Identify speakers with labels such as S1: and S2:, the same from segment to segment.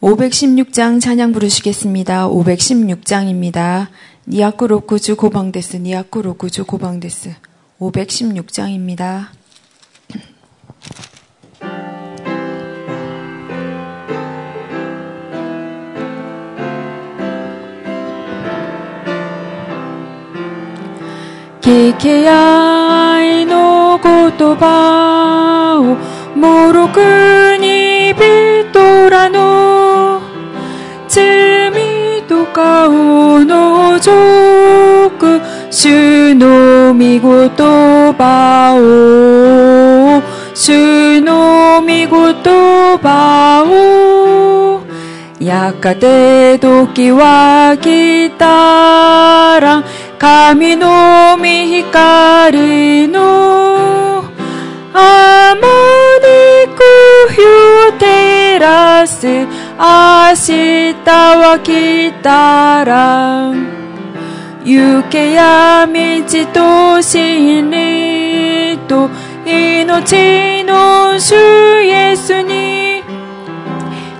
S1: 516장 찬양 부르시겠습니다. 516장입니다. 니아쿠로쿠주 고방데스, 니아쿠로쿠주 고방데스. 516장입니다.聞き合いの言葉をもろくに人らの罪とかを除く主の御言葉を主の御言葉をやがて時は来たら神の御光のあまねく日を照らす明日は来たら行けや道と真理と命の主イエスに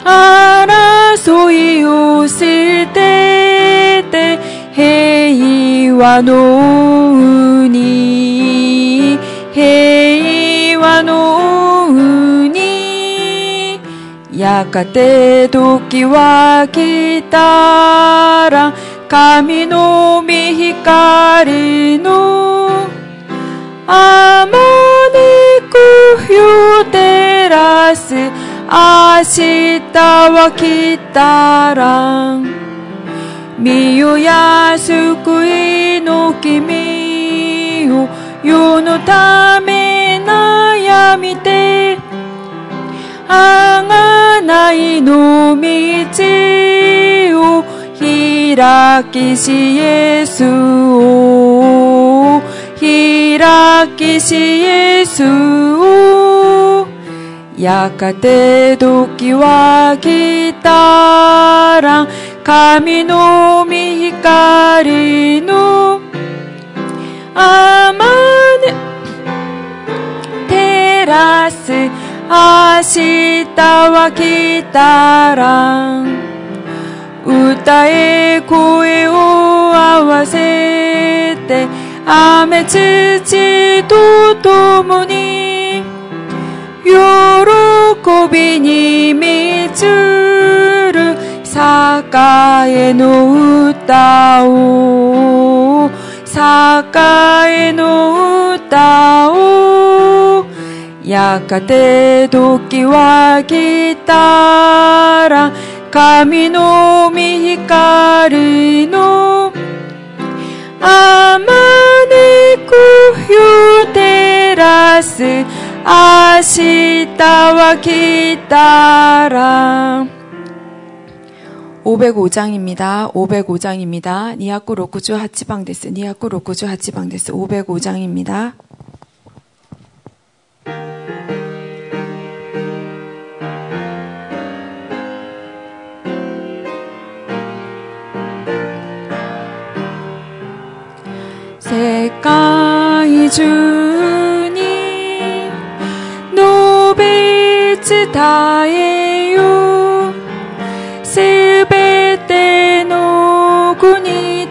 S1: 争いを捨てて平和のうに平和のうにやがて時は来たら神の御光のあまねく日を照らす明日は来たら身をや救いの君を世のため悩みてあがないの道を開きしエスを開きしエスをやがて時は来たら神の御光のあまね照らす明日は来たら歌え声を合わせて雨土と共に喜びに満ちる栄の歌を栄の歌をやがて時は来たら神の御光のあまねく日を照らす明日は来たら 505장입니다. 505장입니다. 니아쿠 로쿠주 하치방 데스. 니아쿠 로쿠주 하치방 데스. 505장입니다. 세계 주니 노베츠 다에요 すべての国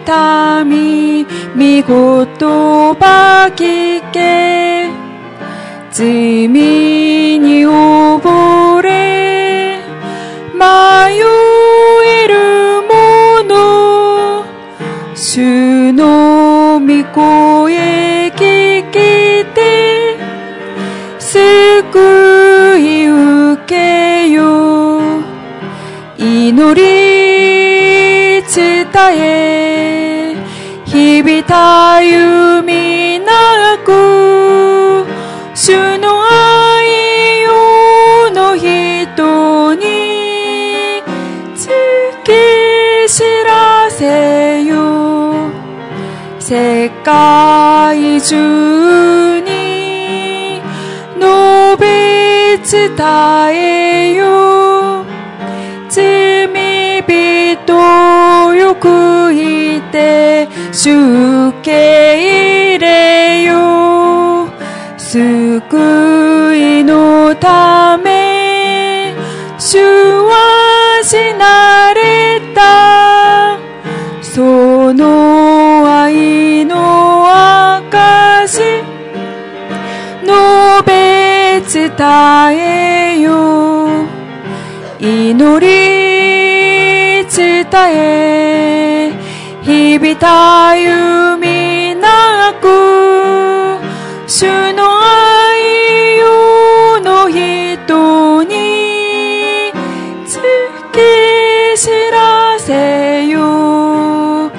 S1: 民、見事ば聞け。罪に溺れ、迷える者、主の御声聞きて、救い受けよ。祈り伝え日々たゆみなく主の愛をの人に突き知らせよ世界中に述べ伝えよ罪人よくいて受け入れよ救いのため主はしなれたその愛の証述べ伝えよう祈り伝え日々たゆみなく主の愛をの人に突き知らせよ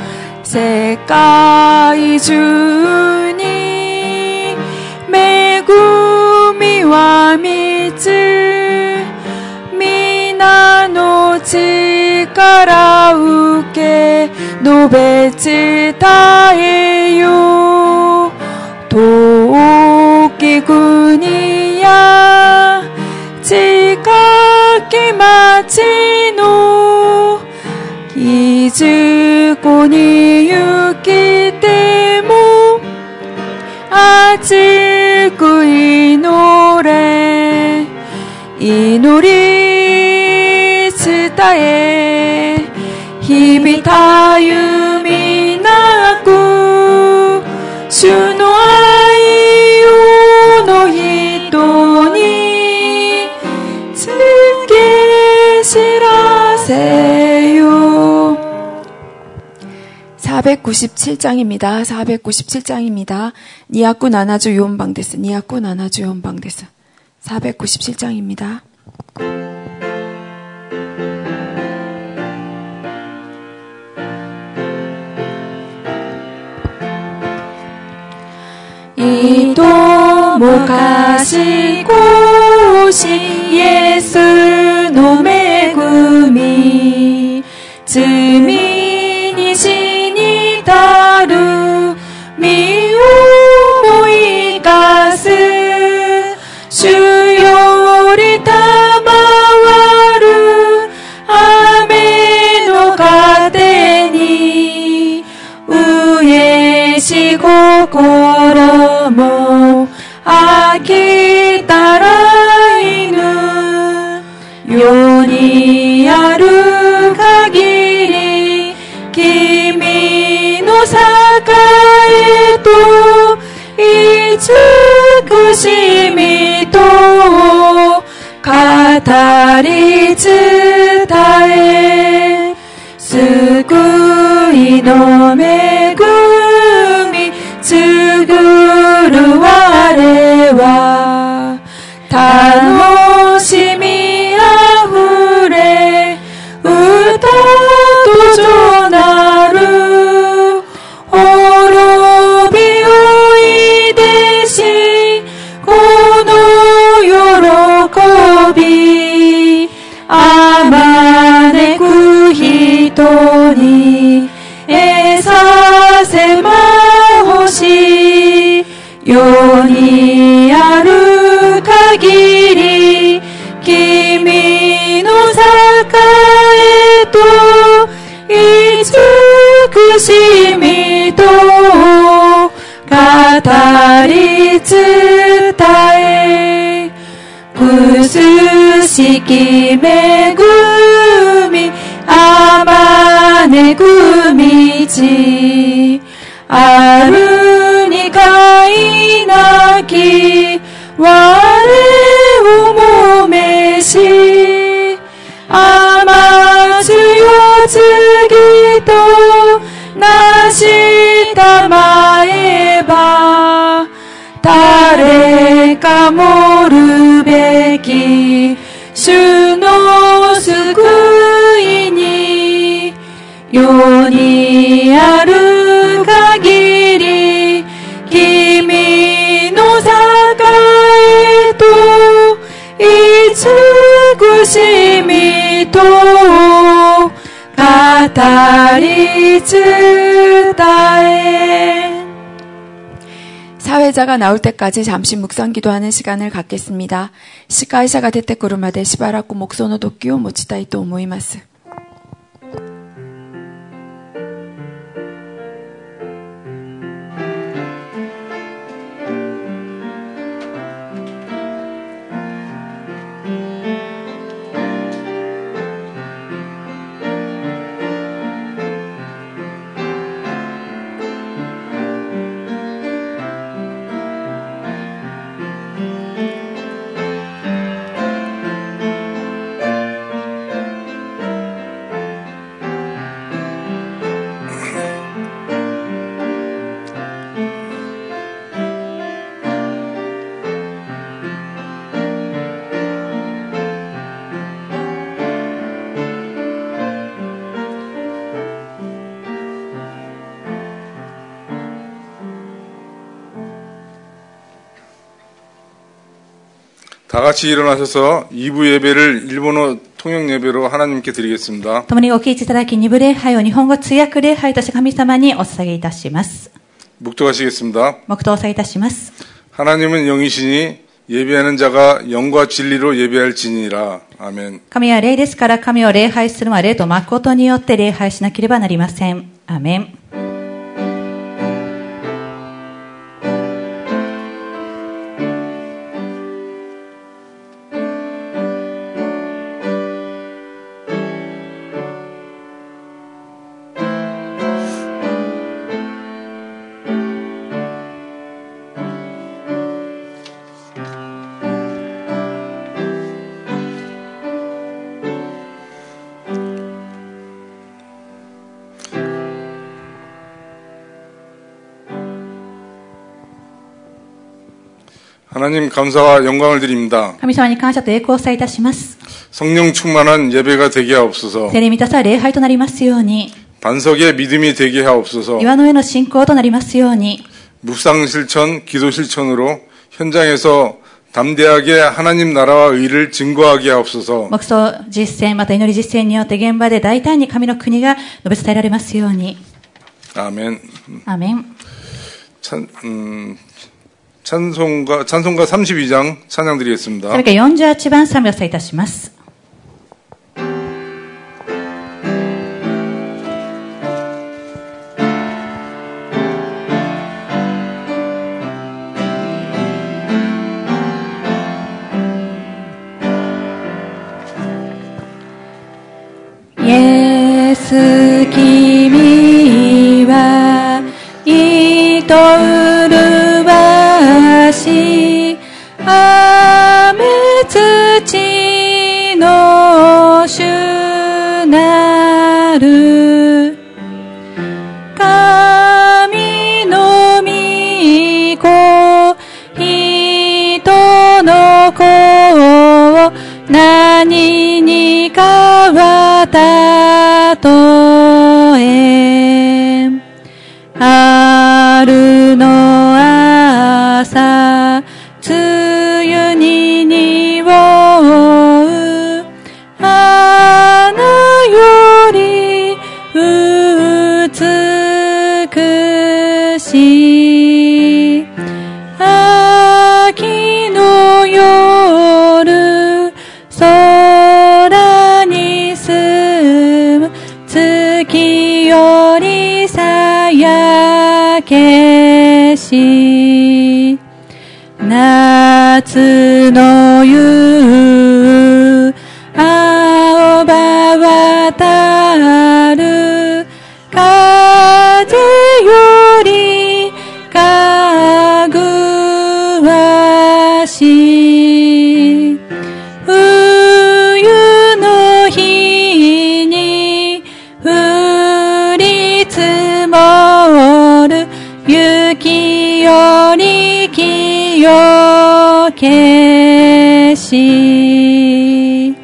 S1: 世界中に恵みは満つ皆の力受け述べ伝えよう遠き国や近き町のいずこに行きても熱く祈れ祈り伝え日々たゆみなく主の愛をの人に突き知らせよ 497장입니다. 497장입니다. 니아꾸 나나주 요원방 데스. 니아꾸 나나주 요원방 데스. 497장입니다. 糸も賢しイエスの恵み罪に死に至る身をも生かす主より賜る雨の糧に上し心も飽きたら犬世にある限り君の栄えと慈しみと語り伝え救いの恵みつぐる我は楽しみあふれ歌となる滅びをいでしこの喜びあまねく人に得させまほし世にある限り君の栄えと慈しみと語り伝えくすしきめぐみあまねぐみちあるにかいなき我をもめし甘強すぎとなしたまえば誰かもるべき主の救いに世にある限り君の栄えと慈しみと語り伝え 사회자가 나올 때까지 잠시 묵상 기도하는 시간을 갖겠습니다. 시카이샤가 데테쿠르마데 시바라쿠 목소노 도끼오 모치다이 또 모이마스.
S2: 「 다 같이 일어나셔서 2부 예배를 일본어 통역 예배로 하나님께 드리겠습니다.
S1: 共にご起立いただき、二部礼拝を日本語通訳礼拝として神様にお捧げいたします。
S2: 묵도하시겠습니다.
S1: 黙祷をお捧げいたします。
S2: 하나님은 영이시니 예배하는 자가 영과 진리로 예배할지니라. 아멘.
S1: 神は霊ですから、神を礼拝するのは霊と誠によって礼拝しなければなりません。アメン。
S2: 하나님 감사와 영광을 드립니다.
S1: 神様に感謝と栄光をさいたします。
S2: 성령 충만한 예배가 되게 하옵소서.
S1: 聖霊満たさ礼拝となりますように、
S2: 반석의 믿음이 되게 하옵소서.
S1: 岩の上の信仰となりますように、
S2: 묵상 실천, 기도 실천으로 현장에서 담대하게 하나님 나라와 의를 증거하게 하옵소서.
S1: 黙想実践、また祈り実践によって現場で大胆に神の国が述べ伝えられますように。
S2: 아멘.
S1: アメン。
S2: 찬, 음, 찬송가 찬송가 32장 찬양
S1: そ
S2: 드리겠습니다.
S1: れから48番賛美をさいたします。イエス君は糸麗しい雨土の主なる神の御子人の子を何に変わったとえあるの朝梅雨に匂う花より美しい秋の夜空に住む月よりさやけし夏の夕青葉渡る風よりかぐわしい冬の日に降り積もる雪より清けし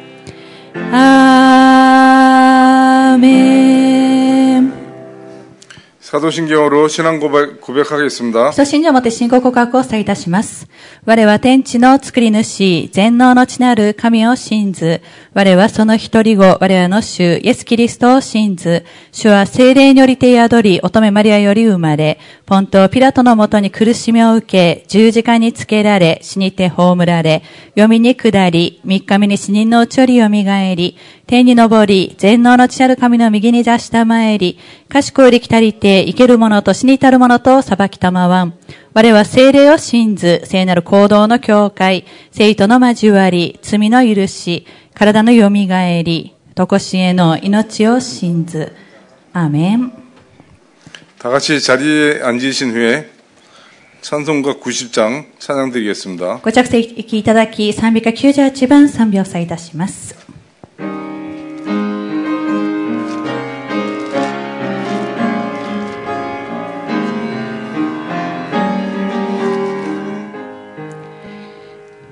S1: アーメン
S2: 사도신경으로 신앙 고백, 고백하겠습니다.
S1: 基礎信条をもって信仰告白をさいたします。我は天地の作り主、全能の地なる神を信ず。我はその一人子、我らの主、イエス・キリストを信ず。主は精霊によりて宿り、乙女マリアより生まれ、ポント・ピラトのもとに苦しみを受け、十字架につけられ、死にて葬られ、読みに下り、三日目に死人のうちより蘇り、天に昇り、全能の地なる神の右に座したまえり、賢より来たりて、生ける者と死に至る者と裁きたまわん。我は聖霊を信ず、聖なる行動の境界、聖との交わり、罪の許し、体の蘇り、とこしえの命を信ず。アーメン。
S2: 다 같이 자리에 앉으신 후에 찬송가 90장 찬양 드리겠습니다.
S1: ご着席いただき、賛美歌98番3秒差いたします。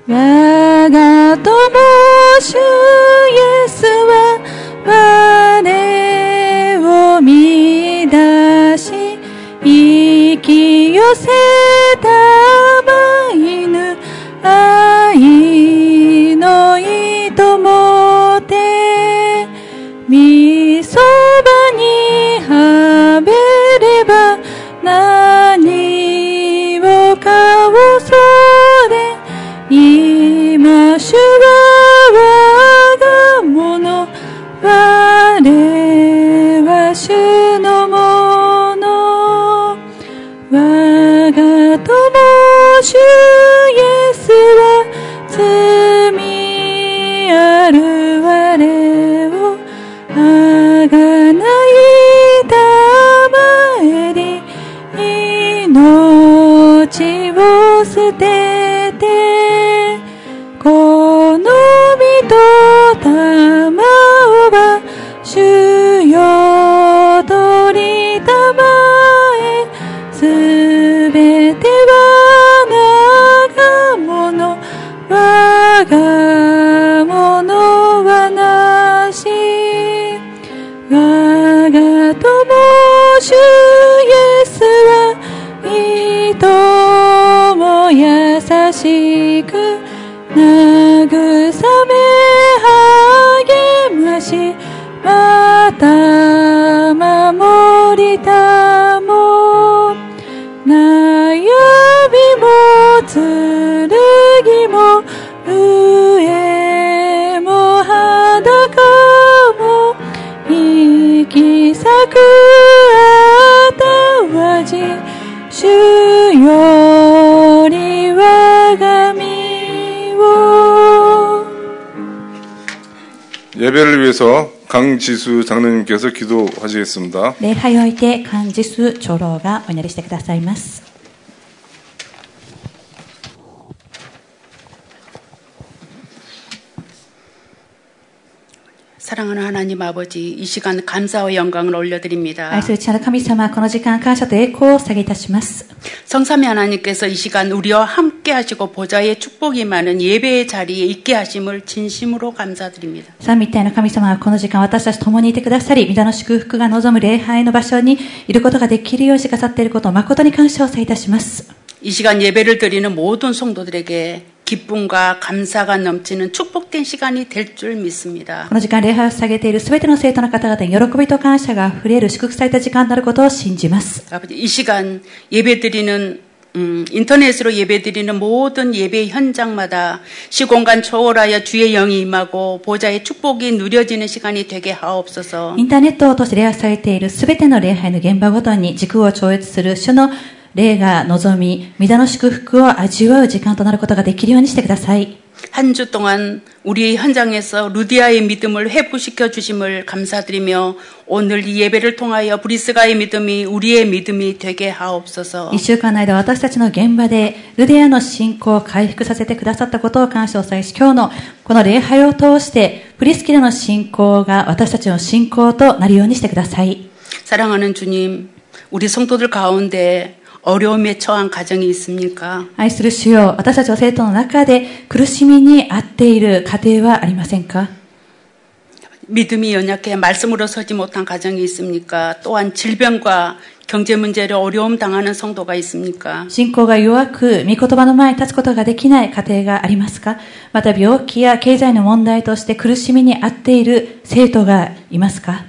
S1: 我が友主イエスは我を見出し生き寄せたま犬愛我は主のもの我が友主イエスは罪ある我をあがないたまえに命を捨ててこの身と玉は主よ取りたまえすべては長物我が物はなし我が友主イエスはいとも優しく慰め励ましまた守りたも悩みも剣も上も裸も行き裂く後味主より我が身を
S2: 예배를 위해서 강지수 장로님께서 기도하시겠습니다.
S3: 礼拝を置いて、漢字数長老がお祈りしてくださいます。
S4: 사랑하는 하나님 아버지, 이 시간 감사와 영광을 올려드립니다.
S3: 愛する父なる神様、この時間、感謝と栄光をお下げいたします。
S4: 성삼위 하나님께서 이 시간 우리와 함께 하시고 보좌의 축복이 많은 예배의 자리에 있게 하심을 진심으로 감사드립니다.
S3: 三位一体の神様はこの時間私たちと共にいてくださり、皆の祝福が望む礼拝の場所にいることができるようにしてくださっていることを誠に感謝をさいたします。
S4: 이 시간 예배를 드리는 모든 성도들에게 기쁨과 감사가 넘치는 축복된 시간이 될 줄 믿습니다.
S3: この時間礼拝を捧げているすべての生徒の方々に喜びと感謝が溢れる祝福された時間になることを信じます。
S4: 아버지, 이 시간 예배 드리는 음, 인터넷으로 예배 드리는 모든 예배 현장마다 시공간 초월하여 주의 영이 임하고 보좌의 축복이 누려지는 시간이 되게 하옵소서.
S3: インターネットを通して礼拝されているすべての礼拝の現場ごとに時空を超越する主の霊が望み、皆の祝福を味わう時間となることができるようにしてください。
S4: 한 주 동안 우리 현장에서 루디아의 믿음을 회복시켜 주심을 감사드리며 오늘 이 예배를 통하여 브리스가의 믿음이 우리의 믿음이 되게 하옵소서.
S3: 一週間の間私たちの現場でルデアの信仰を回復させてくださったことを感謝をさえし今日のこの礼拝を通してプリスキラの信仰が私たちの信仰となるようにしてください
S4: 사랑하는 주님, 우리 성도들 가운데 어려움에 처한 가정이 있습니까?
S3: 愛する主よ私たちの生徒の中で苦しみに遭っている家庭はありませんか
S4: 믿음이 연약해 말씀으로 서지 못한 가정이 있습니까? 또한 질병과 경제 문제로 어려움 당하는 성도가 있습니까?
S3: 信仰が弱く御言葉の前に立つことができない家庭がありますかまた病気や経済の問題として苦しみに遭っている生徒がいますか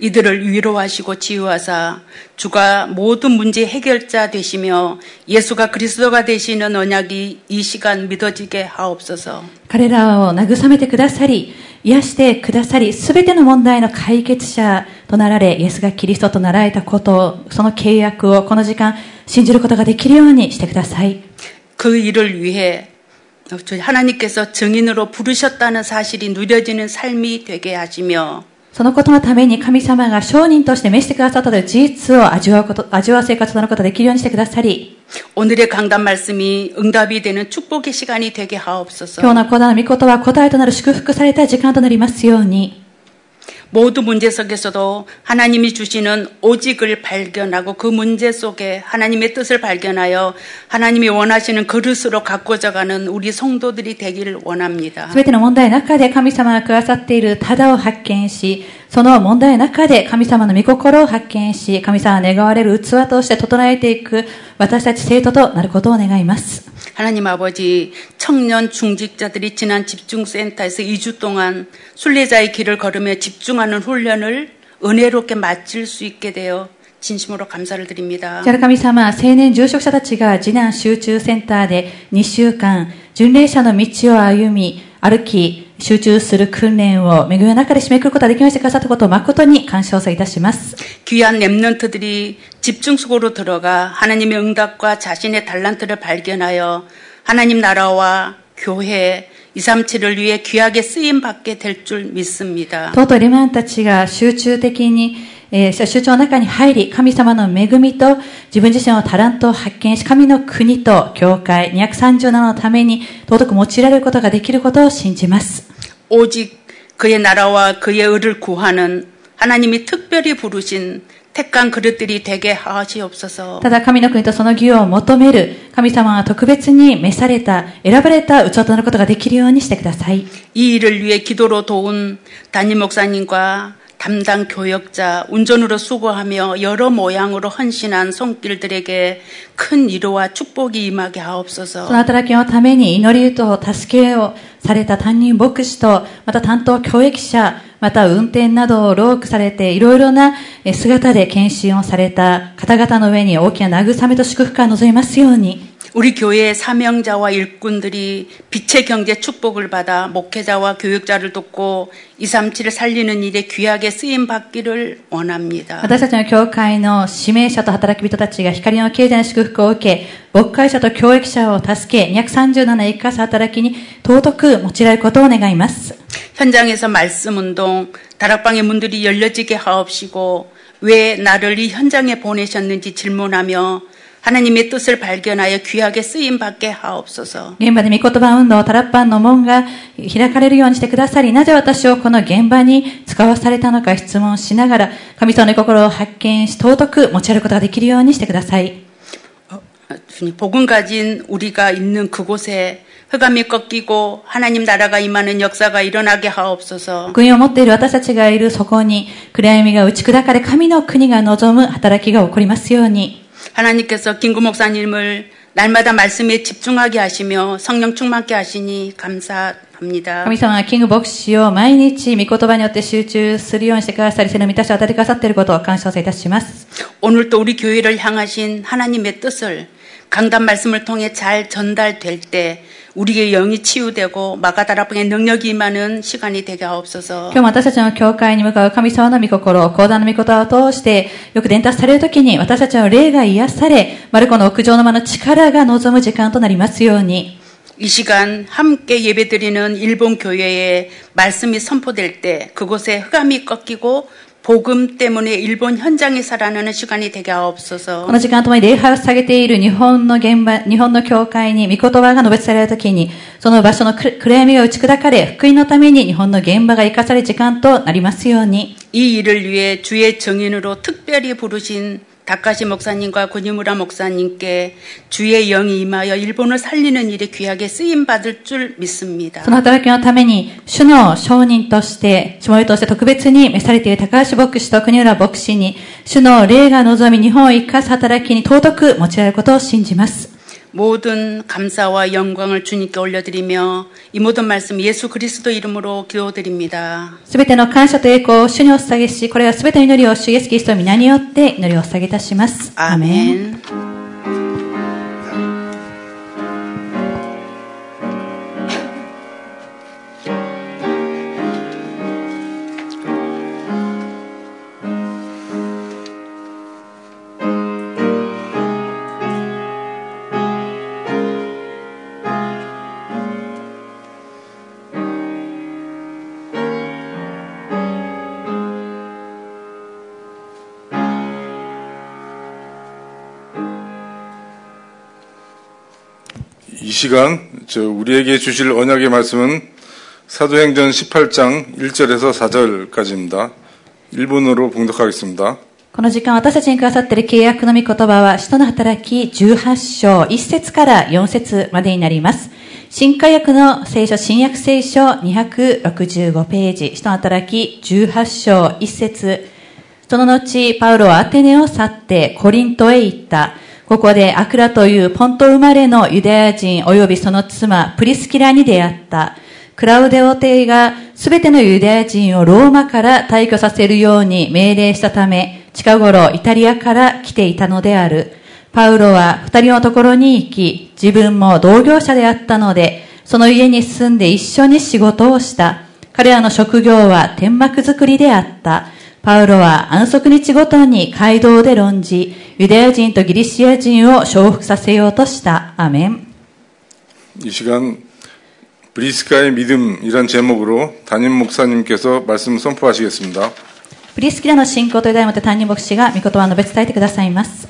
S4: 이들을 위로하시고 치유하사 주가 모든 문제 해결자 되시며 예수가 그리스도가 되시는 언약이 이 시간 믿어지게 하옵소서.
S3: 彼らを慰めてくださり、癒してくださり、すべての問題の解決者となられ、イエスがキリストとなられたことを、その契約をこの時間、信じることができるようにしてください。
S4: 그 일을 위해 저희 하나님께서 증인으로 부르셨다는 사실이 누려지는 삶이 되게 하시며
S3: そのことのために神様が商人として召してくださったという事実を味わうこと、味わう生活となることができるようにしてくださり、
S4: 오늘의 강단 말씀이 응답이 되는 축복의 시간이 되게
S3: 今
S4: 하옵소서.
S3: 日の講談の御言葉は答えとなる祝福された時間となりますように、
S4: 모두 문제 속에서도 하나님이 주시는 오직을 발견하고 그 문제 속에 하나님의 뜻을 발견하여 하나님이 원하시는 그릇으로 가꿔져 가는 우리 성도들이 되기를 원합니다.
S3: すべての問題の中で神様がくださっているただを発見し、その問題の中で神様の御心を発見し、神様が願われる器として整えていく私たち生徒となることを願います。
S4: 하나님 아버지, 청년 중직자들이 지난 집중센터에서 2주 동안 순례자의 길을 걸으며 집중하는 훈련을 은혜롭게 마칠 수 있게 되어 진심으로 감사를 드립니다.
S3: じゃあ神様、青年住職者たちが次男集中センターで2週間、巡礼者の道を歩み、歩き、集中する訓練を恵みの中で締めくくることができましてくださったことを誠に感謝をいたします。
S4: 귀한 랩런트들이 집중적으로 들어가 하나님의 응답과 자신의 달란트를 발견하여 하나님 나라와 교회 237을 위해 귀하게 쓰임 받게 될 줄 믿습니다.
S3: 尊いレマンたちが集中的に、えー集中の中に入り、神様の恵みと自分自身のタラントを発見し、神の国と教会237のために尊く用いられることができることを信じます。
S4: 오직 그의 나라와 그의 의를 구하는 하나님이 특별히 부르신 택한 그릇들이 되게 하시옵소서.
S3: ただ神の国とその義を求める、神様が特別に召された、選ばれた器となることができるようにしてください。
S4: 이 일을 위해 기도로 도운 담임 목사님과 담당 교역자, 운전으로 수고하며 여러 모양으로 헌신한 손길들에게 큰 위로와 축복이 임하게
S3: その
S4: 하옵소서.
S3: 働きのために祈りと助けをされた担任牧師と、また担当教育者、また運転などを労苦されて、いろいろなえー姿で献身をされた方々の上に大きな慰めと祝福が望みますように、
S4: 우리 교회의 사명자와 일꾼들이 빛의 경제 축복을 받아 목회자와 교육자를 돕고 237을 살리는 일에 귀하게 쓰임 받기를 원합니다.
S3: 私たちの教会の指名者と働き人たちが光の経済の祝福を受け、牧会者と教育者を助け、237生かす働きに尊く用いられることを願います。
S4: 현장에서 말씀 운동, 다락방의 문들이 열려지게 하옵시고 왜 나를 이 현장에 보내셨는지 질문하며 하나님의 뜻을 발견하여 귀하게 쓰임 받게 하옵소서.
S3: 現場で御言葉運動、タラッパンの門が開かれるようにしてくださり、なぜ私をこの現場に使わされたのか質問しながら、神様の御心を発見し、尊く持ち歩くことができるようにしてください。
S4: 주님, 복음 가진 우리가 있는 그곳에 흑암이 꺾이고 하나님 나라가 임하는 역사가 일어나게 하옵소서.
S3: 福音を持っている私たちがいるそこに、暗闇が打ち砕かれ、神の国が望む働きが起こりますように、
S4: 하나님께서 김구 목사님을 날마다 말씀에 집중하게 하시며 성령 충만케 하시니 감사합니다.
S3: 神様がキング牧師を毎日御言葉によって集中するようにしてくださり、その満たしを与えてくださっていることを感謝をいたします。
S4: 오늘도 우리 교회를 향하신 하나님의 뜻을 강단 말씀을 통해 잘 전달될 때 우리의 영이 치유되고 마가다라방의 능력이 임하는 시간이 되게 하옵소서.
S3: 今日も私たちの教会に向かう神様の御心、講談の御言葉を通して、よく伝達されるときに、私たちの霊が癒され、マルコの屋上の間の力が望む時間となりますように、
S4: 이 시간 함께 예배드리는 일본 교회에 말씀이 선포될 때 그곳에 흑암이 꺾이고 복음 때문에 일본 현장에 살아나는 시간이 되게 하옵소서.
S3: この時間ともに礼拝を下げている日本の現場、日本の教会に御言葉が述べされるときに、その場所のく暗闇が打ち砕かれ、福音のために日本の現場が生かされる時間となりますように、
S4: 이 일을 위해 주의 정인으로 특별히 부르신 다카시 목사님과 고니무라 목사님께 주의 영이 임하여 일본을 살리는 일에 귀하게 쓰임 받을 줄
S3: その
S4: 믿습니다.
S3: 働きのために、主の証人として、下りとして特別に召されている高橋牧師と国浦牧師に、主の霊が望み日本を生かす働きに尊く持ち上げることを信じます。
S4: 모든 감사와 영광을 주님께 올려드리며 이 모든 말씀 예수 그리스도 이름으로 기도드립니다.
S3: すべての感謝と栄光を主にお捧げし、これはすべての祈りを主イエスキリストの皆によって祈りをお捧げいたします。
S4: 아멘.
S2: 이 시간 저 우리에게 주실 언약의 말씀은 사도행전 18장 1절에서 4절까지입니다. 일본어로 봉독하겠습니다.
S3: この時間私たちにくださっている契約の御言葉は、使徒の働き18章1節から4節までになります。新化薬の聖書、新約聖書265ページ、使徒の働き18章1節その後、パウロはアテネを去ってコリントへ行った。ここでアクラというポント生まれのユダヤ人及びその妻プリスキラに出会った。クラウデオ帝がすべてのユダヤ人をローマから退去させるように命令したため、近頃イタリアから来ていたのである。パウロは二人のところに行き、自分も同業者であったので、その家に住んで一緒に仕事をした。彼らの職業は天幕作りであった。パウロは安息日ごとに街道で論じ、ユダヤ人とギリシア人を降伏させようとした。アーメン。
S2: 이 시간 브리스카의 믿음이란 제목으로 담임 목사님께서 말씀 선포하시겠습니다.
S3: プリスキラの信仰という題目で担任牧師が御言葉を述べ伝えてくださいます。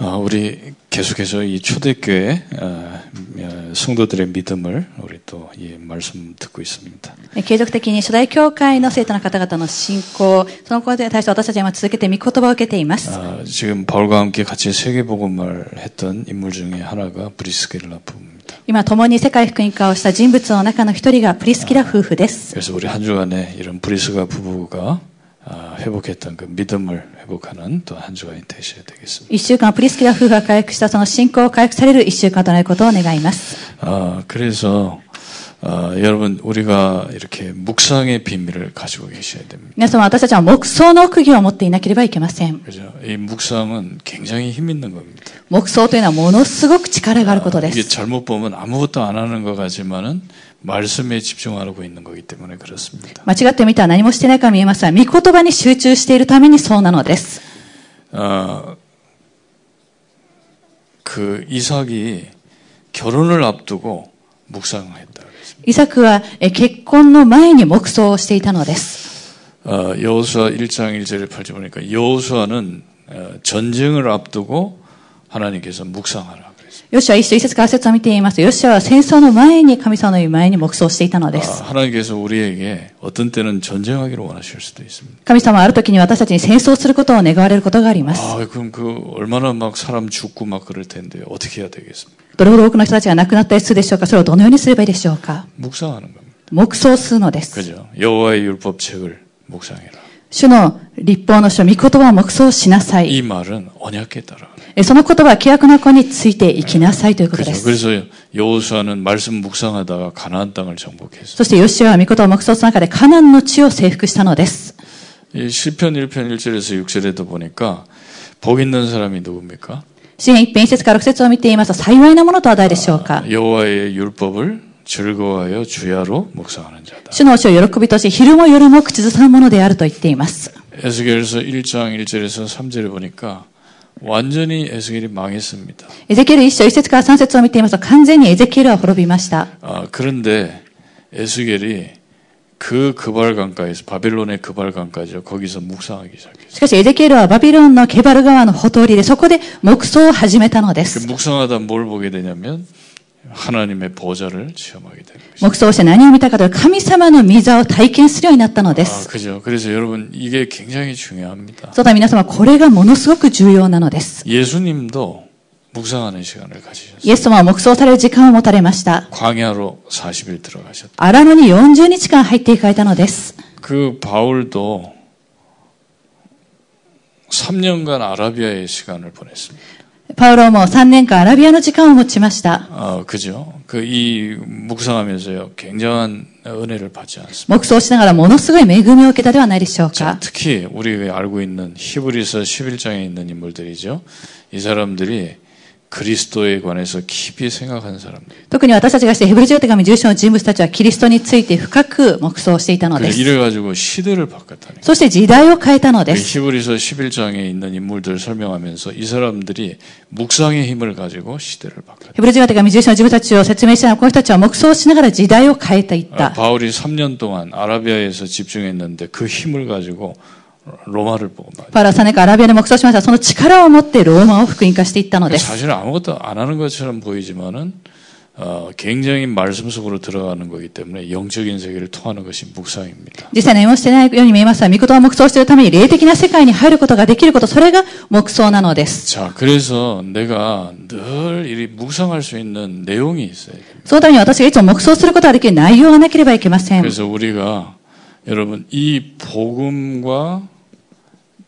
S5: 아, 우리 계속해서 이 초대교회 어, 어, 성도들의 믿음을 우리 또 이 말씀 듣고 있습니다.
S3: え継続的に初代教会の生徒の方々の信仰、そのことに対して私たちは今続けて御言葉を受けています。
S5: 아, 지금 바울과 함께 같이 세계복음을 했던 인물 중에 하나가 브리스겔라 부부입니다.
S3: 今、共に世界福音化をした人物の中の一人がプリスキラ夫婦です。
S5: 그래서 우리 한 주간에 이런 브리스가 부부가 아, 회복했던 그 믿음을 회복하는 또 한 주간이 되셔야 되겠습니다.
S3: 一週間、プリスキラ夫婦が回復したその信仰を回復される一週間となることを願います。
S5: 아, 그래서 아, 여러분 우리가 이렇게 묵상의 비밀을 가지고 계셔야 됩니다.
S3: 皆様、私たちは黙想の奥義を持っていなければいけません。
S5: 그죠? 이 묵상은 굉장히 힘 있는 겁니다.
S3: 黙想というのはものすごく力があることで
S5: 이게
S3: す。
S5: 잘못 보면 아무것도 안 하는 것 같지만은 말씀에 집중하고 있는 거기 때문에 그렇습니다.
S3: 間違ってみたら何もしてないか見えますが、御言葉に集中しているためにそうなのです。
S5: 어, 그 이삭이 결혼을 앞두고 묵상했다 그랬습니다.
S3: イサクはえ結婚の前に黙想をしていたのです。
S5: 어, 여호수아 1장 1절에 8절 보니까 여호수아는 어, 전쟁을 앞두고 하나님께서 묵상하라 그랬습니다.
S3: ヨシュア一章一節から節を見ていますと、ヨシュアは戦争の前に神様の御前に黙想していたので
S5: 아,
S3: す。
S5: 하나님께서 우리에게 어떤 때는 전쟁하기를 원하실 수도 있습니다.
S3: 神様はある時に私たちに戦争することを願われることがあります。
S5: 아, 그럼 그 얼마나 막 사람 죽고 막 그럴 텐데 어떻게 해야 되겠습니까?
S3: どれほど多くの人たちが亡くなったりするでしょうかそれをどのようにすればいいでしょうか
S5: 묵상하는 겁니다.
S3: 黙想するのです。
S5: 그죠? 여호와의 율법책을 묵상해라.
S3: 主の立法の書、御言葉を黙想しなさ
S5: 이
S3: い。
S5: 말은 언약에 따라.
S3: えその言葉は契約の子についていきなさいということ
S5: 그죠?
S3: です。
S5: 그래서 여호수아는 말씀 묵상하다가 가나안 땅을 정복했어요.
S3: そしてヨシュアは御言葉を黙想する中でカナンの地を征服したのです。
S5: 이 시편 1편 1절에서 6절에도 보니까 복 있는 사람이 누굽니까?
S3: 詩篇一篇一節から六節を見ていますと幸いなものとは誰でしょうか
S5: 여호와의 율법을 즐거워하여 주야로 묵상하는 자다.
S3: 主の教を喜びとし、昼も夜も口ずさんものであると言っています。
S5: 에스겔서 1장 1절에서 3절에 보니까 완전히 에스겔이 망했습니다.
S3: エゼキエル一章一節から三節を見ていますと完全にエゼキエルは滅びました。
S5: 아, 그런데 에스겔이 그 그발강가에서 바빌론의 그발강가죠. 거기서 묵상하기 시작했어요.
S3: しかしエゼキエルはバビロンのケバル川のほとりでそこで黙想を始めたので
S5: 그
S3: す。
S5: 묵상하다 뭘 보게 되냐면 하나님의 보좌를 체험하게 되는 거죠.
S3: 黙想をして何を見たかというと神様の御座を体験するようになったので
S5: 아,
S3: す。
S5: 그죠. 그래서 여러분 이게 굉장히 중요합니다.
S3: そうだ皆様これがものすごく重要なのです。
S5: 예수님도 묵상하는 시간을 가지셨어요.
S3: イエス様は黙想される時間を持たれました。
S5: 광야로 40일 들어가셨다.
S3: 荒野に40日間入っていかれたのです。
S5: 그 바울도 3년간 아라비아의 시간을 보냈습니다.
S3: パウロも3年間アラビアの時間を持ちました。
S5: 아, 그죠. 그 이 묵상하면서요. 굉장한 은혜를 받지 않습니다.
S3: 黙想しながらものすごい恵みを受けたではないでしょう
S5: 자,
S3: か。
S5: 특히 우리가 알고 있는 히브리서 11장에 있는 인물들이죠. 이 사람들이 그리스도에 관해서 깊이 생각한 사람들.
S3: 特に私たちがしてヘブル人手紙重症の人物たちはキリストについて深く黙想していたので
S5: 그래서
S3: す。
S5: 이래가지고 시대를 바꿨다는 거예요.
S3: そして時代を変えたの
S5: 그
S3: です。
S5: 히브리서 11장에 있는 인물들 설명하면서 이 사람들이 묵상의 힘을 가지고 시대를 바꿨다.
S3: ヘブル人手紙重症の人物たちを説明したのはこの人たちは黙想しながら時代を変えていっ
S5: 아,
S3: た。
S5: 바울이 3년 동안 아라비아에서 집중했는데 그 힘을 가지고 로마를 보고 말이에요.
S3: パウロは3年間アラビアで黙想しました。その力を持ってローマを福音化していったのです。
S5: 사실은 아무것도 안 하는 것처럼 보이지만은 어, 굉장히 말씀 속으로 들어가는 거기 때문에 영적인 세계를 통하는 것이 묵상입니다.
S3: 実際何もしてないように見えますが、御言葉を黙想しているために霊的な世界に入ることができること、それが黙想なのです。
S5: 자, 그래서 내가 늘 이 묵상할 수 있는 내용이 있어요.
S3: そのために私がいつも黙想することができる内容がなければいけません。
S5: 그래서 우리가 여러분 이 복음과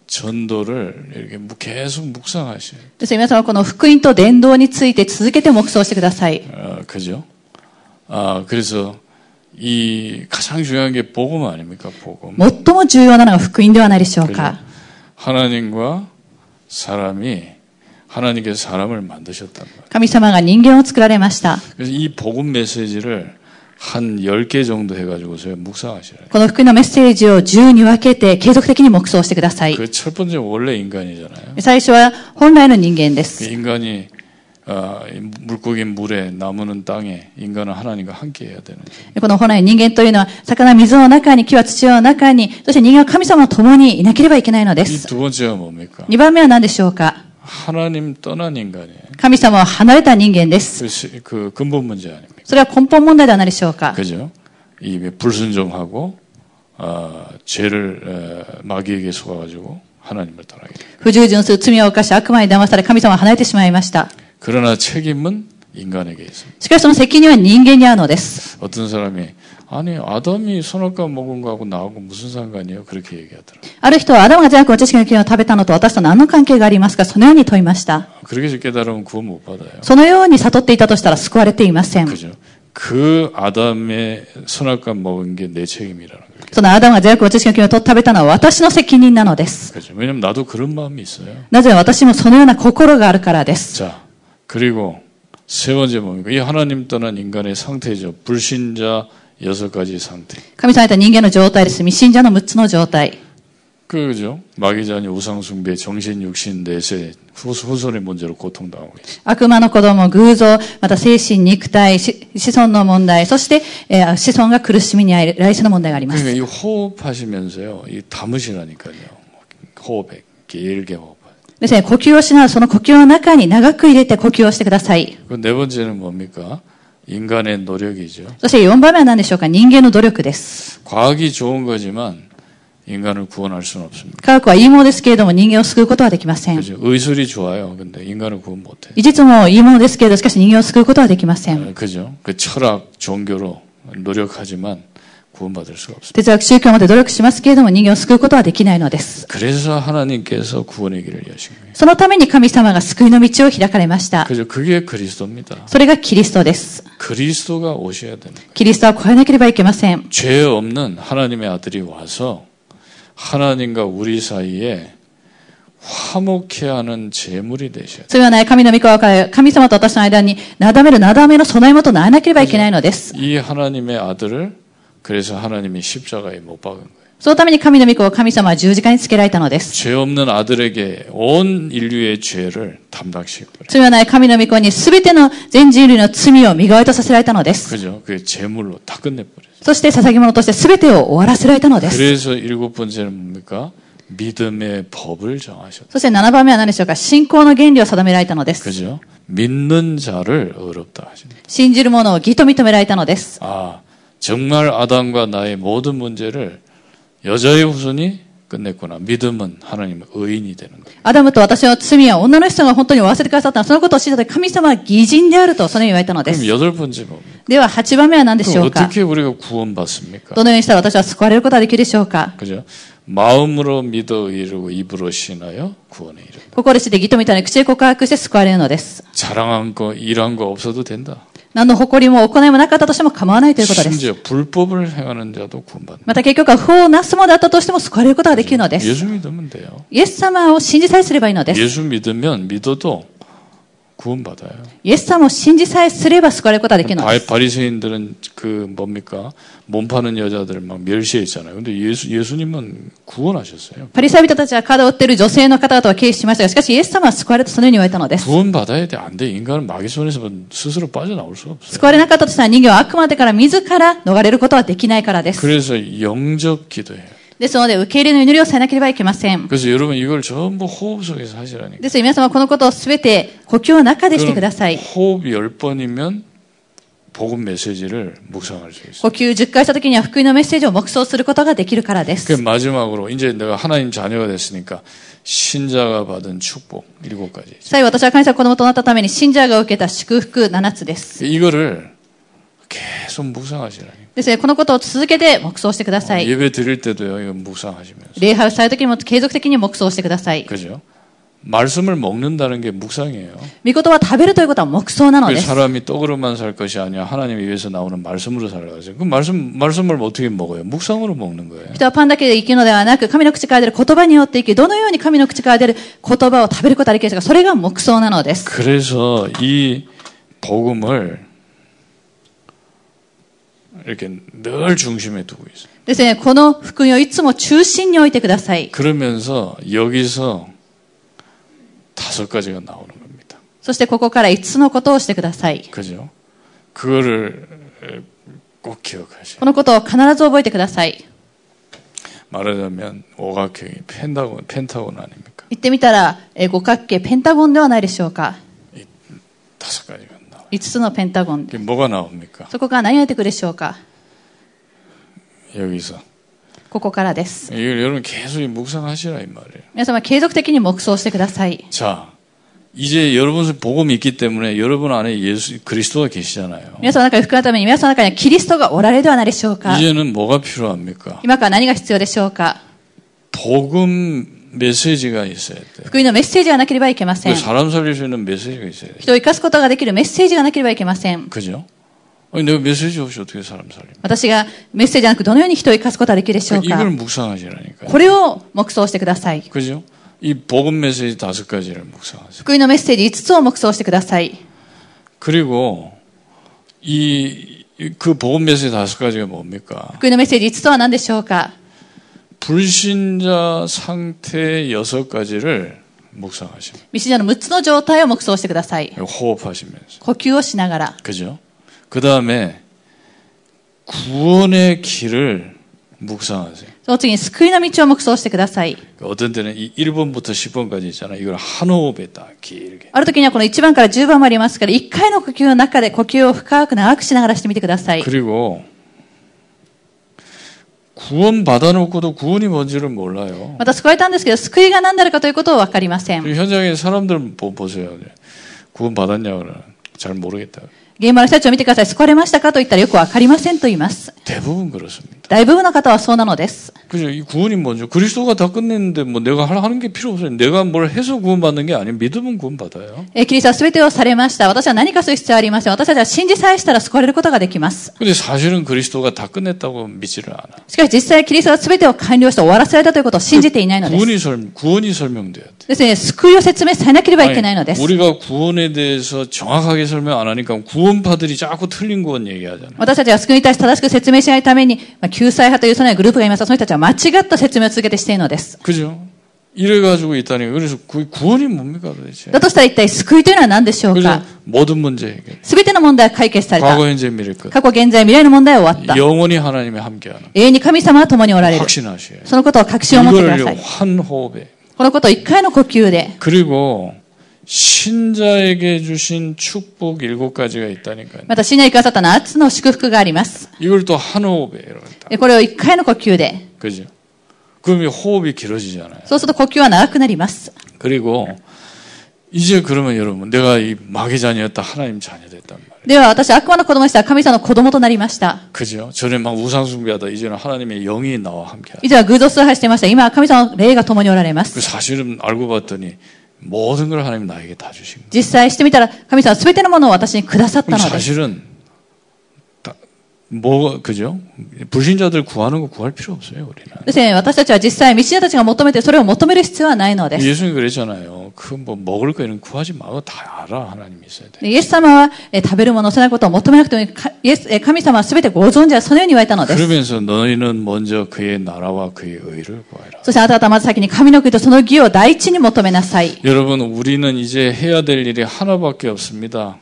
S5: 전도를 이렇게 묵- 계속 묵상하셔요.
S3: ですから皆様この福音と伝道について続けて黙想してください。
S5: 어, 그죠? 아, 그래서 이 가장 중요한 게 복음 아닙니까? 복음.
S3: 最も重要なのが福音ではないでしょうか。
S5: 하나님과 사람이 하나님께서 사람을 만드셨단 말이에요.
S3: 神様が人間を作られました。
S5: 그래서 이 복음 메시지를 한 10개 정도 해가지고서 묵상하시라.
S3: この福音のメッセージを10に分けて継続的に黙想してください。
S5: 그 첫 번째 원래 인간이잖아요.
S3: 最初は本来の人間で
S5: 그
S3: す。
S5: 인간이 아, 이 물고기는 물에 나무는 땅에 인간은 하나님과 함께 해야 되는 거예요.
S3: この本来の人間というのは、魚は水の中に、木は土の中に、そして人間は神様と共にいなければいけないので
S5: 이
S3: す。
S5: 두 번째가 뭡니까?
S3: 2番目は何でしょうか
S5: 하나님 떠난 인간이에요.
S3: 神様は離れた人間です。
S5: 그, 시- 그 근본 문제 아닙니까?
S3: それは根本問題ではないでしょうか
S5: 그죠? 이 불순종하고 아, 죄를 에, 마귀에게 속아가지고 하나님을 떠나게 돼요.
S3: 不従順する罪を犯し悪魔に騙され神様は離れてしまいました。
S5: 그러나 책임은 인간에게 있습니다.
S3: しかしその責任は人間にあるのです。
S5: 어떤 사람이 아니 아담이 선악과 먹은 거하고 나하고 무슨 상관이에요? 그렇게 얘기하더라고요.
S3: ある人はアダムが善悪の知識の木を食べたのと私と何の関係がありますかそのように問いました。
S5: 그렇게 깨달으면 구원 못 받아요.
S3: そのように悟っていたとしたら救われていません。
S5: 그죠? 그 아담의 선악과 먹은 게 내 책임이라는 거예요.
S3: そのアダムが善悪の知識の木を取って食べたのは私の責任なのです。
S5: 그죠? 왜냐면 나도 그런 마음이 있어요.
S3: なぜ私もそのような心があるからです。
S5: 자, 그리고 세 번째 뭡니까? 이 하나님 떠난 인간의 상태죠. 불신자 여섯 가지 상태.
S3: 神様にとって人間の状態です。未信者の6つの状態。
S5: 그죠? 마귀자니 우상숭배, 정신, 육신, 내세, 후- 후손의 문제로 고통당하고 있어요.
S3: 悪魔の子供、偶像、また精神、肉体、し子孫の問題、そして、えー子孫が苦しみにあえる来世の問題がありま
S5: 그러니까
S3: す。
S5: 이 호흡하시면서요, 이 담으시라니까요. 호흡에 길게 호흡.
S3: ですね、呼吸をしながらその呼吸の中に長く入れて呼吸をしてください。
S5: 그네 번째는 뭡니까? 인간의 노력이죠.
S3: そして4番目は何でしょうか人間の努力です。
S5: 과학이 좋은 거지만 인간을 구원할 수는 없습니다.
S3: 科学はいいものですけれども人間を救うことはできません。
S5: 그죠? 의술이 좋아요. 근데 인간을 구원 못해.
S3: 技術もいいものですけれど、しかし人間を救うことはできません。
S5: 요 그죠? 그 철학, 종교로 노력하지만 구원받을 수가 없습니다.
S3: 哲学、宗教まで努力しますけれども人間を救うことはできないのです。
S5: 그래서 하나님께서 구원의 길을 여신 거예요.
S3: そのために神様が救いの道を開かれました。
S5: 그죠? 그게 그리스도입니다.
S3: それがキリストです。
S5: 그리스도가 오셔야 되는 거예요.
S3: キリストは超えなければいけません。
S5: 죄 없는 하나님의 아들이 와서 하나님과 우리 사이에 화목해 하는 제물이 되셔야 돼요.
S3: 罪はない神の御子は神様と私の間に、なだめるなだめの備え物とならなければいけないのです。
S5: 이 하나님의 아들을 그래서 하나님이 십자가에 못 박은 거예요.
S3: そのために神の御子を神様は十字架につけられたのです。
S5: 죄 없는 아들에게 온 인류의 죄를 담당시켜 버려요.
S3: 罪はない神の御子に全ての全人類の罪を身代わりとさせられたのです。
S5: 그죠? 그게 제물로 다 끝내 버려요.
S3: そして捧げ物として全てを終わらせられたのです。
S5: 그래서 일곱 번째는 뭡니까? 믿음의 법을 정하셨다.
S3: そして7番目は何でしょうか信仰の原理を定められたのです。
S5: 그죠? 믿는 자를 의롭다 하신다.
S3: 信じる者を義と認められたのです。
S5: 아, 정말 아담과 나의 모든 문제를 여자의 후손이 끝냈구나. 믿음은 하나님의 의인이 되는 거예요.
S3: アダムと私の罪は女の人が本当に負わせてくださったのそのことを知った時神様は義人であるとそのように言われたので
S5: 그럼
S3: す。
S5: 여덟 번째 뭡니까?
S3: では8番目は何でしょ
S5: 그럼
S3: うか
S5: 어떻게 우리가 구원받습니까?
S3: どのようにしたら私は救われることができるでしょうか
S5: 그죠? 마음으로 믿어 이르고 입으로 신하여 구원에 이르.
S3: 心して義とみたいに口で告白して救われるのです。
S5: 자랑한 거, 일한 거 없어도 된다.
S3: 何の誇りも行いもなかったとしても構わないということです。
S5: 심지어 불법을 행하는 자도 구원받는다.
S3: また結局は不法なすものであったとしても救われることができるのです。
S5: 예수 믿으면 돼요.
S3: イエス様を信じさえすればいいのです。
S5: 예수 믿으면 믿어도 구원받아요.
S3: イエス様を信じさえすれば救われることができるので
S5: 바,
S3: す。
S5: 바리새인들은 그 뭡니까 몸 파는 여자들을 막 멸시했잖아요. 근데 예수 예수님은 구원하셨어요.
S3: パリサイ人たちは体を売っている女性の方々は軽視しましたが、しかしイエス様は救われたとそのように言われたのです。
S5: 구원 받아야 돼. 안 돼. 인간은 마귀 손에서 스스로 빠져나올 수가 없어요.
S3: 救われなかったとしたら人間は悪魔だから自ら逃れることはできないからです。
S5: 그래서 영접 기도해요.
S3: ですので、受け入れの祈りをさえなければいけません。
S5: 그래서 여러분 이걸 전부 호흡 속에서 하시라니까.
S3: ですので、皆様はこのことをすべて呼吸の中でしてくださ
S5: 그럼
S3: い。
S5: 호흡 열 번이면 복음 메시지를 묵상할 수 있어요.
S3: 呼吸10回した時には福音のメッセージを黙想することができるからで
S5: 그
S3: す。
S5: 마지막으로 이제 내가 하나님 자녀가 됐으니까 신자가 받은 축복 일곱 가지.
S3: 最後、私は神様の子供となったために信者が受けた祝福7つです。
S5: 이거를 계속 묵상하시라니까.
S3: ですね、このことを続けて黙想してくださ
S5: 어,
S3: い。
S5: 예배 드릴 때도요, 이거 묵상하시면서.
S3: 礼拝をされる時も継続的に黙想してください。
S5: 그죠? 말씀을 먹는다는 게 묵상이에요.
S3: 御言は食べるということは黙想なの
S5: 그
S3: です。
S5: 사람이 떡으로만 살 것이 아니라 하나님의 위에서 나오는 말씀으로 살라고 하죠. 그 말씀 말씀을 어떻게 먹어요? 묵상으로 먹는 거예요.
S3: 人はパンだけで生きるのではなく、神の口から出る言葉によって生き、どのように神の口から出る言葉を食べることができるか、それが黙想なのです。
S5: 그래서 이 복음을 이렇게 늘 중심에 두고 있어요.
S3: ですね、この福音をいつも中心に置いてください。
S5: 그러면서 여기서 다섯 가지가 나오는 겁니다.
S3: そしてここから5つのことをしてください。
S5: 그죠? 그거를 에, 꼭 기억하세요.
S3: このことを必ず覚えてください。
S5: 말하자면 오각형이 펜타곤 펜타곤 아닙니까?
S3: 言ってみたら、えー五角形、ペンタゴンではないでしょうか。
S5: 다섯 가지가 나와.
S3: 5つのペンタゴンで。
S5: 이게 뭐가 나옵니까?
S3: そこから何が出てくるでしょうか。
S5: 여기서
S3: ここからです。
S5: 이걸 여러분 계속 묵상하시라 이 말이에요.
S3: 皆様、継続的に黙想してください。
S5: 자, 이제 여러분 속에 복음이 있기 때문에 여러분 안에 예수 그리스도가 계시잖아요.
S3: 皆様の中に福のために、皆様の中にはキリストがおられるではないでしょうか。
S5: 이제는 뭐가 필요합니까?
S3: 今から何が必要でしょうか。
S5: 복음 메시지가 있어야 돼요.
S3: 福音のメッセージがなければいけませ
S5: 그
S3: ん。
S5: 사람 살릴 수 있는 메시지가 있어야 돼요.
S3: 人を生かすことができるメッセージがなければいけません。
S5: 그죠? 아니, 내가 메시지 없이 어떻게 사람 살립니까?
S3: 私がメッセージじゃなくどのように人を生かすことができるでしょう
S5: 그러니까
S3: か
S5: 이걸 。 묵상하시라니까요.
S3: これを黙想してください。
S5: 그죠? 이 복음 메시지 다섯 가지를 묵상하세요.
S3: 福音のメッセージ5つを黙想してください。
S5: 그리고 이, 이- 그 복음 메시지 다섯 가지가 뭡니까?
S3: 福音のメッセージ5つとは何でしょうか
S5: 불신자 상태 여섯 가지를 묵상하시면
S3: 未信者の6つの状態を黙想してください。
S5: 호흡하시면서
S3: 呼吸をしながら。
S5: 그죠? 그 다음에 구원의 길을 묵상하세요. 그러니까
S3: その次に救いの道を黙想してください。
S5: 어떤 때는 이 1번부터 10번까지 있잖아요. 이걸 한 호흡에 딱 길게.
S3: ある時にはこの1番から10番もありますから、1回の呼吸の中で呼吸を深く長くしながらしてみてください。
S5: 그리고 구원 받아놓고도 구원이 뭔지를 몰라요.
S3: また救われたんですけど、救いが何であるかということを分かりません。
S5: 그리고 현장에 사람들 보- 보세요. 구원 받았냐 그러나 잘 모르겠다.
S3: 現場の人たちを見てください。救われましたかと言ったらよく分かりませんと言います。
S5: 대부분 그렇습니다.
S3: 大部分の方はそうなのです。
S5: 그죠? 이 구원이 먼저 그리스도가 다 끝냈는데 뭐 내가 할- 하는 게 필요 없어요. 내가 뭘 해서 구원받는 게 아니에요. 믿음은 구원받아요.
S3: えーキリストは全てをされました。私は何かする必要はありません。私たちは信じさえしたら救われることができます。
S5: 근데 사실은 그리스도가 다 끝냈다고 믿지를 않아.
S3: しかし実際キリストは全てを完了して終わらせられたということを信じていないのです。
S5: 구원이 설 구원이 설명돼야 돼.
S3: ですね、救いを説明されなければいけないので
S5: 아니,
S3: す。
S5: 우리가 구원에 대해서 정확하게 설명 안 하니까 구원파들이 자꾸 틀린 구원 얘기하잖아.
S3: 私たちは救いに対して正しく説明しないために、まあ、救済派というそのようなグループがいますが、その人たちは間違った説明を続けてしているのです。
S5: 그죠? 이래 가지고 있다니까. 그래서 구, 구원이 뭡니까 도대체?
S3: だとしたら一体救いというのは何でしょう
S5: 그래서
S3: か
S5: 모든 문제 해결.
S3: すべての問題は解決された。
S5: 과거, 현재, 미래 끝.
S3: 過去、現在、未来の問題は終わった。
S5: 그 영원히 하나님이 함께하는
S3: 永遠に神様は共におられる。
S5: 확신하셔야.
S3: そのことを確信を持ってくださ
S5: 이거를
S3: い。
S5: 한 호흡에
S3: このことを一回の呼吸で。
S5: 그리고 신자에게 주신 축복 일곱 가지가 있다니까요.
S3: また、死に生かされた7つの祝福があります。
S5: 이걸 또 한 호흡에 이렇다.
S3: えこれを一回の呼吸で。
S5: 그죠? 그러면 호흡이 길어지잖아요.
S3: そうすると呼吸は長くなります。
S5: 그리고 이제 그러면 여러분 내가 이 마귀 자녀였다 하나님 자녀 됐단 말이에요.
S3: では、私、悪魔の子供でした。神様の子供となりました。
S5: 그죠? 전에 막 우상 숭배하다 이제는 하나님의 영이 나와 함께. 하는.
S3: 以前は偶像崇拝していました。今は神様の霊が共におられま
S5: 그
S3: す。
S5: 사실은 알고 봤더니 모든 걸 하나님 나에게 다 주신 거예요.
S3: 実際してみたら、神様は全てのものを私にくださったので
S5: 그럼
S3: す。
S5: 사실은 다, 뭐 그죠? 불신자들 구하는 거 구할 필요 없어요 우리는.
S3: ですね、私たちは実際、道者たちが求めてそれを求める必要はないのです。
S5: 예수님이 그랬잖아요. 그 뭐 먹을 거는 구하지 마고 다 알아. 하나님 있어야 돼.
S3: でイエス様は、えー食べるもの、そのことを求めなくてもいいかイエスえー神様は全てご存知はそのように言われたのです。
S5: 그러면서 너희는 먼저 그의 나라와 그의 의를 구하라.
S3: そしてあなた方はまず先に神の国とその義を第一に求めなさい。
S5: 여러분, 우리는 이제 해야 될 일이 하나밖에 없습니다.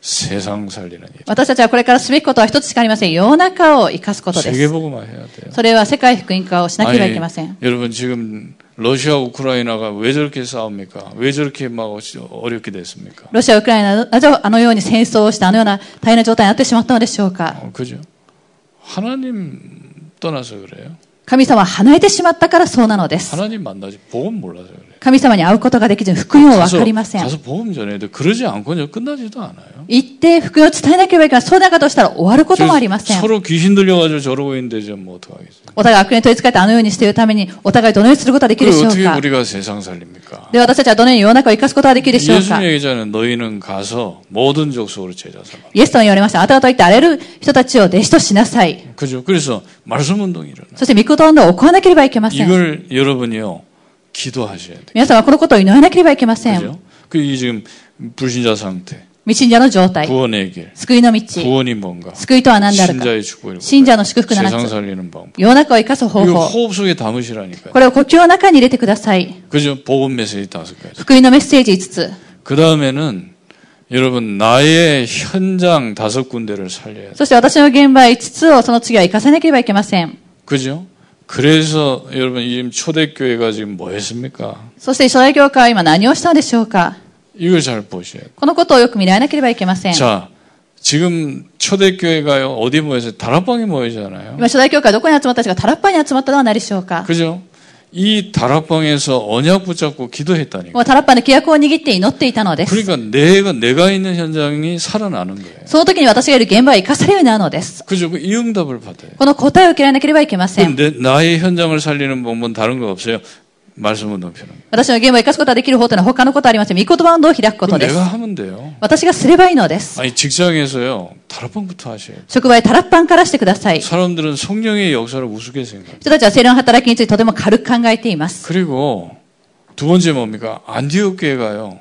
S5: 세상 살리는 일.
S3: 私たちはこれからすべきことは一つしかありません。世の中を生かすことです。
S5: 세계복음화 해야 돼요.
S3: それは世界福音化をしなければいけません。
S5: 여러분 지금 러시아 우크라이나가 왜 저렇게 싸웁니까? 왜 저렇게 막 어렵게 됐습니까?
S3: ロシア、ウクライナなど、あのように戦争をして、あのような大変な状態になってしまったのでしょうか。
S5: 어, 그죠? 하나님 떠나서 그래요.
S3: 神様は離れてしまったからそうなのです。
S5: 하나님 만나지 복음 몰라서 그래요.
S3: 神様に会うことができず福
S5: 어,
S3: 音を分かりません
S5: 가서 복음 전해도 그러지 않고는 끝나지도 않아요.
S3: 行って福音を伝えなければいけないそうだかとしたら終わることもありませ
S5: 저-
S3: ん
S5: 서로 귀신 들려가지고 저러고 있는데 좀 뭐 어떡하겠어요.
S3: お互い悪霊に取りつかれてあのようにしているためにお互いどのようにすることができるで
S5: 그
S3: しょう
S5: 어떻게
S3: か
S5: 우리가 세상 살립니까?
S3: で私たちはどのように世の中を生かすことができるでしょうか
S5: 네, 예수님 얘기자는 너희는 가서 모든 족속으로 제자 삼아.
S3: イエスと言われましたあなた方と言って荒れる人たちを弟子としなさい
S5: 그죠? 그래서 말씀 운동이 일어나.
S3: そして御言葉を行わなければいけません
S5: 이걸 여러분이요 기도하셔야 돼요.
S3: 皆さんはこのことを祈らなければいけません
S5: 그죠? 그이 지금 불신자 상태,
S3: 未信者の状態
S5: 구원의 길,
S3: 救いの道
S5: 구원이 뭔가,
S3: 救いとは何であるか
S5: 네. 신자의 축복이 뭔가,
S3: 信者の祝福の
S5: 세상
S3: 七つ。
S5: 살리는 방법.
S3: 世の中を生かす方
S5: 이거
S3: 法
S5: 호흡 속에 담으시라니까요.
S3: これを呼吸の中に入れてください
S5: 그죠? 복음 메시지 다섯 가지.
S3: 福音のメッセージ5つ
S5: 그 다음에는 여러분 나의 현장 다섯 군데를 살려야 돼.
S3: そして私の現場5つをその次は生かさなければいけません
S5: 그죠? 그래서 여러분 지금 초대교회가 지금 뭐 했습니까?
S3: そして初代教会は今何をしたのでしょうか
S5: 이걸 잘 보셔야 돼요.
S3: このことをよく見られなければいけません
S5: 자, 지금 초대교회가요 어디 모여서 다락방에 모이잖아요.
S3: 今初代教会はどこに集まった人がタラッパに集まったのは何でしょうか
S5: 그죠? 이 다락방에서 언약 붙잡고 기도했다니까.
S3: もうタラッパの規約を握って祈っていたのです
S5: 그러니까 내가 내가 있는 현장이 살아나는 거예요.
S3: その時に私がいる現場は生かされるようになるのです。
S5: 그죠? 이 응답을 받아요.
S3: この答えを受けられなければいけません。
S5: 근데 나의 현장을 살리는 방법은 다른 거 없어요. 말씀 운동 펴는 거.
S3: 私の現場を生かすことができる方というのは他のことはありません。御言葉運動を開くこと
S5: 그럼
S3: です
S5: 내가 。 하면 돼요.
S3: 私がすればいいのです。
S5: 아니 직장에서요 다락방부터 하셔야 돼요.
S3: 職場へタラッパンからしてください。人
S5: 사람들은 성령의 역사를 우습게 생각해요.
S3: たちは聖霊の働きについてとても軽く考えています。
S5: 그리고 두 번째 뭡니까? 안디옥 교회가요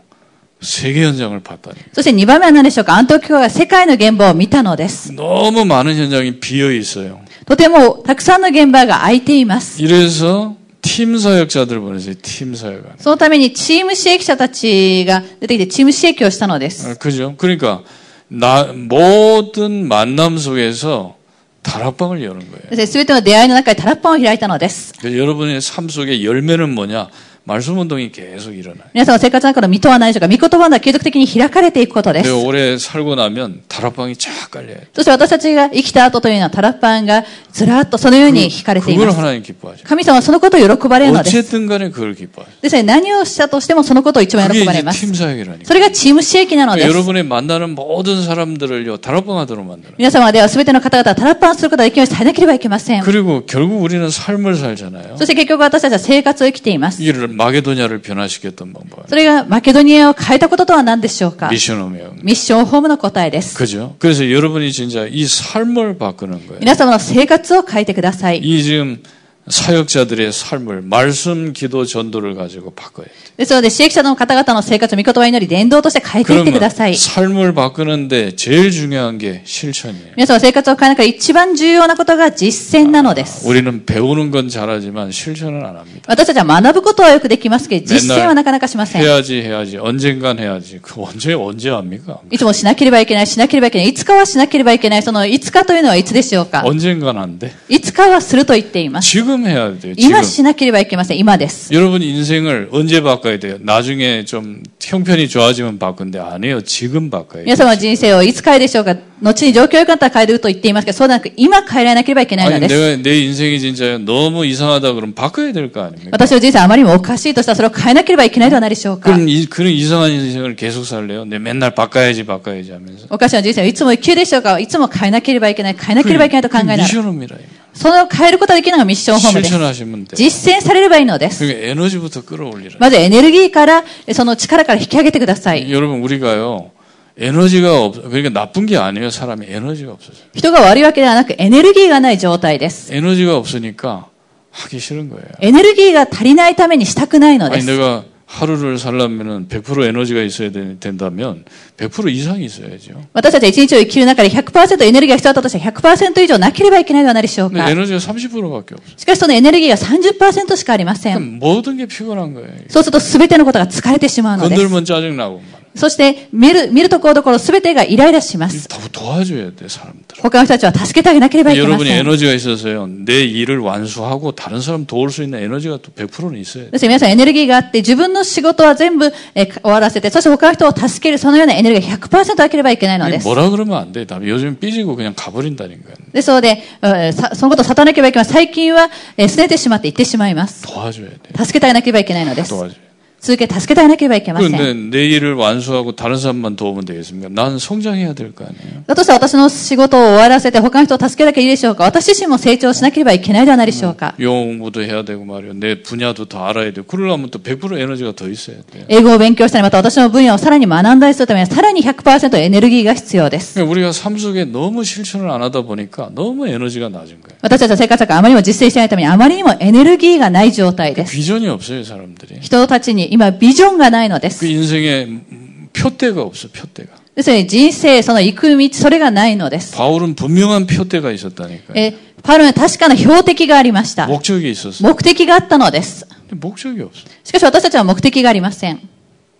S5: 세계 현장을 봤다니.
S3: そして2番目は何でしょうかアントキオが世界の現場を見たのです。
S5: 너무 많은 현장이 비어 있어요.
S3: とてもたくさんの現場が空いています。
S5: 이래서 팀 사역자들 보내세요. 팀 사역관.
S3: そのためにチーム刺激者たちが出てきてチーム刺激をしたのです。
S5: 아, 그죠? 그러니까 나 모든 만남 속에서 다락방을 여는 거예요.
S3: すべての出会いの中でタラッパンを開いたのです。
S5: 그래서 여러분의 삶 속의 열매는 뭐냐? 말씀 운동이 계속 일어나요.
S3: 皆さんの生活の中の水戸はないでしょうか御言葉が継続的に開かれていくことです
S5: 근데 。 오래 살고 나면 다락방이 쫙 깔려요.
S3: そして私たちが生きた後というのはタラッパンがずらっとそのように引かれてい
S5: 그걸
S3: ます。
S5: 하나님 기뻐하죠.
S3: 神様はそのことを喜ばれるのです。
S5: 어쨌든 간에 그걸 기뻐하죠.
S3: ですね、何をしたとしてもそのことを一番
S5: 그게
S3: 喜ばれ
S5: 이제
S3: ます
S5: 팀 。 사역이라니까. 그러니까
S3: それがチーム刺激なのです。
S5: 여러분의 만나는 모든 사람들을요 다락방 하도록 만드는. 거예요.
S3: 皆様では全ての方々はタラッパンすることができるようにされなければいけません。
S5: 그리고 결국 우리는 삶을 살잖아요.
S3: そして結局私たちは生活を生きています。
S5: 이를 마게도냐를 변화시켰던 방법.
S3: それがマケドニアを変えたこととは何でしょうか
S5: 미션 오면.
S3: ミッションホームの答えです。
S5: 그죠? 그래서 여러분이 진짜 이 삶을 바꾸는 거예요.
S3: 皆様の生活を変えてください。
S5: 이 지금 사역자들의 삶을 말씀, 기도, 전도를 가지고 바꿔야 돼요.
S3: ですので、刺激者の方々の生活を御言葉により伝道として変えていってく
S5: 그러면
S3: ださい。
S5: 삶을 바꾸는데 제일 중요한 게 실천이에요.
S3: 皆様の生活を変えながら一番重要なことが実践なのです。
S5: 우리는 배우는 건 잘하지만 실천은 안 합니다.
S3: 私たちは学ぶことはよくできますけど、実践はなかなかしません。
S5: 해야지 해야지 언젠간 해야지 그 언제 언제 합니까?
S3: いつもしなければいけない、しなければいけない、いつかはしなければいけない、そのいつかというのはいつでしょうか。
S5: 언젠간 한데
S3: いつかはすると言っています。
S5: 지금 해야 돼요. 지금
S3: 今しなければいけません。今です。
S5: 여러분 인생을 언제 바꿔야 돼요? 나중에 좀 형편이 좋아지면 바꾼데 아니에요. 지금 바꿔야 돼요.
S3: 皆様の人生をいつ変えるでしょうか。後に状況が良かったら変えると言っていますけど、そうではなく、今変えられなければいけないの
S5: 아니
S3: です。
S5: 내가 내 인생이 진짜 너무 이상하다 그러면 바꿔야 될 거 아닙니까?
S3: 私の人生あまりにもおかしいとしたら、それを変えなければいけないではないでしょうか。
S5: 그럼 이, 그런 이상한 인생을 계속 살래요? 내 맨날 바꿔야지 바꿔야지 하면서.
S3: おかしな人生をいつも生きるでしょうか。いつも変えなければいけない、変えなければいけないと考えながら。
S5: 미션입니다.
S3: それを変えることができるのがミッションホームです。
S5: 실천하시면 돼요.
S3: 実践されればいいのです。
S5: 그러니까 에너지부터 끌어올리라.
S3: まずエネルギーから、えその力から引き上げてください。
S5: 여러분 우리가요 에너지가 없 그러니까 나쁜 게 아니에요 사람이 에너지가 없어서
S3: 人が悪いわけではなく、エネルギーがない状態です。
S5: 에너지가 없으니까 하기 싫은 거예요.
S3: エネルギーが足りないためにしたくないので
S5: 아니
S3: す。
S5: 내가 하루를 살려면은 100% 에너지가 있어야 되- 된다면 100% 이상이 있어야죠.
S3: 私たちは一日を生きる中で100%エネルギーが必要だとして100%以上なければいけないではないでしょう
S5: 근데
S3: か。
S5: 에너지가 30%밖에 없어.
S3: しかしそのエネルギーが30%しかありません。
S5: 모든 게 피곤한 거예요.
S3: そうすると全てのことが疲れてしまうのです。
S5: 건들면 짜증 나고
S3: そして見る、見るところどころ全てがイライラします。
S5: 더 도와줘야 돼 사람들.
S3: 他の人たちは助けてあげなければいけま
S5: 여러분이
S3: せん。
S5: 에너지가 있어서요 내 일을 완수하고 다른 사람 도울 수 있는 에너지가 또 100%는 있어야 돼.
S3: そして皆さんエネルギーがあって、自分の仕事は全部、えー終わらせて、そして他の人を助ける、そのようなエネルギーが100%なければいけないの
S5: 아니,
S3: です。
S5: 뭐라 그러면 안 돼. 나 요즘 삐지고 그냥 가버린다니까.
S3: ですので、うんさそのことを悟らなければいけません。最近は、えー拗ねてしまって言ってしまいます。
S5: 도와줘야 돼.
S3: 助けてあげなければいけないのです。
S5: 도와줘야 돼.
S3: 続け助けてあげなければいけません。
S5: 근데 내 일을 완수하고 다른 사람만 도우면 되겠습니까? 난 성장해야 될 거 아니에요.
S3: だとしたら私の仕事を終わらせて他の人を助けなきゃいいでしょうか私自身も成長しなければいけないではないでしょうか、
S5: 영어 공부도 해야 되고 말이요. 내 분야도 더 알아야 돼요. 그러려면 또 100% 에너지가 더 있어야 돼요.
S3: 英語を勉強したり、また私の分野をさらに学んだりするためにはさらに100%エネルギーが必要です。
S5: 그러니까 우리가 삶 속에 너무 실천을 안 하다 보니까 너무 에너지가 낮은 거예요.
S3: 私たちの生活があまりにも実践していないためにあまりにもエネルギーがない状態です。
S5: 비전이 없어요, 사람들이.
S3: 人たちに今ビジョンがないので
S5: 그
S3: す。
S5: 인생에 음, 표대가 없어, 표대가.
S3: ですので人生、その行く道、それがないのです。
S5: 바울은 분명한 표대가 있었다니까요.
S3: え、パウロには確かな標的がありました。
S5: 목적이 있었어요.
S3: 目的があったのです。
S5: 근데 목적이 없어.
S3: しかし私たちは目的がありません。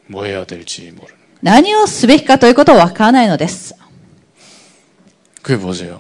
S5: 뭐 해야 될지 모르는. 거예요.
S3: 何をすべきかということをわからないのです。
S5: 그게 보세요.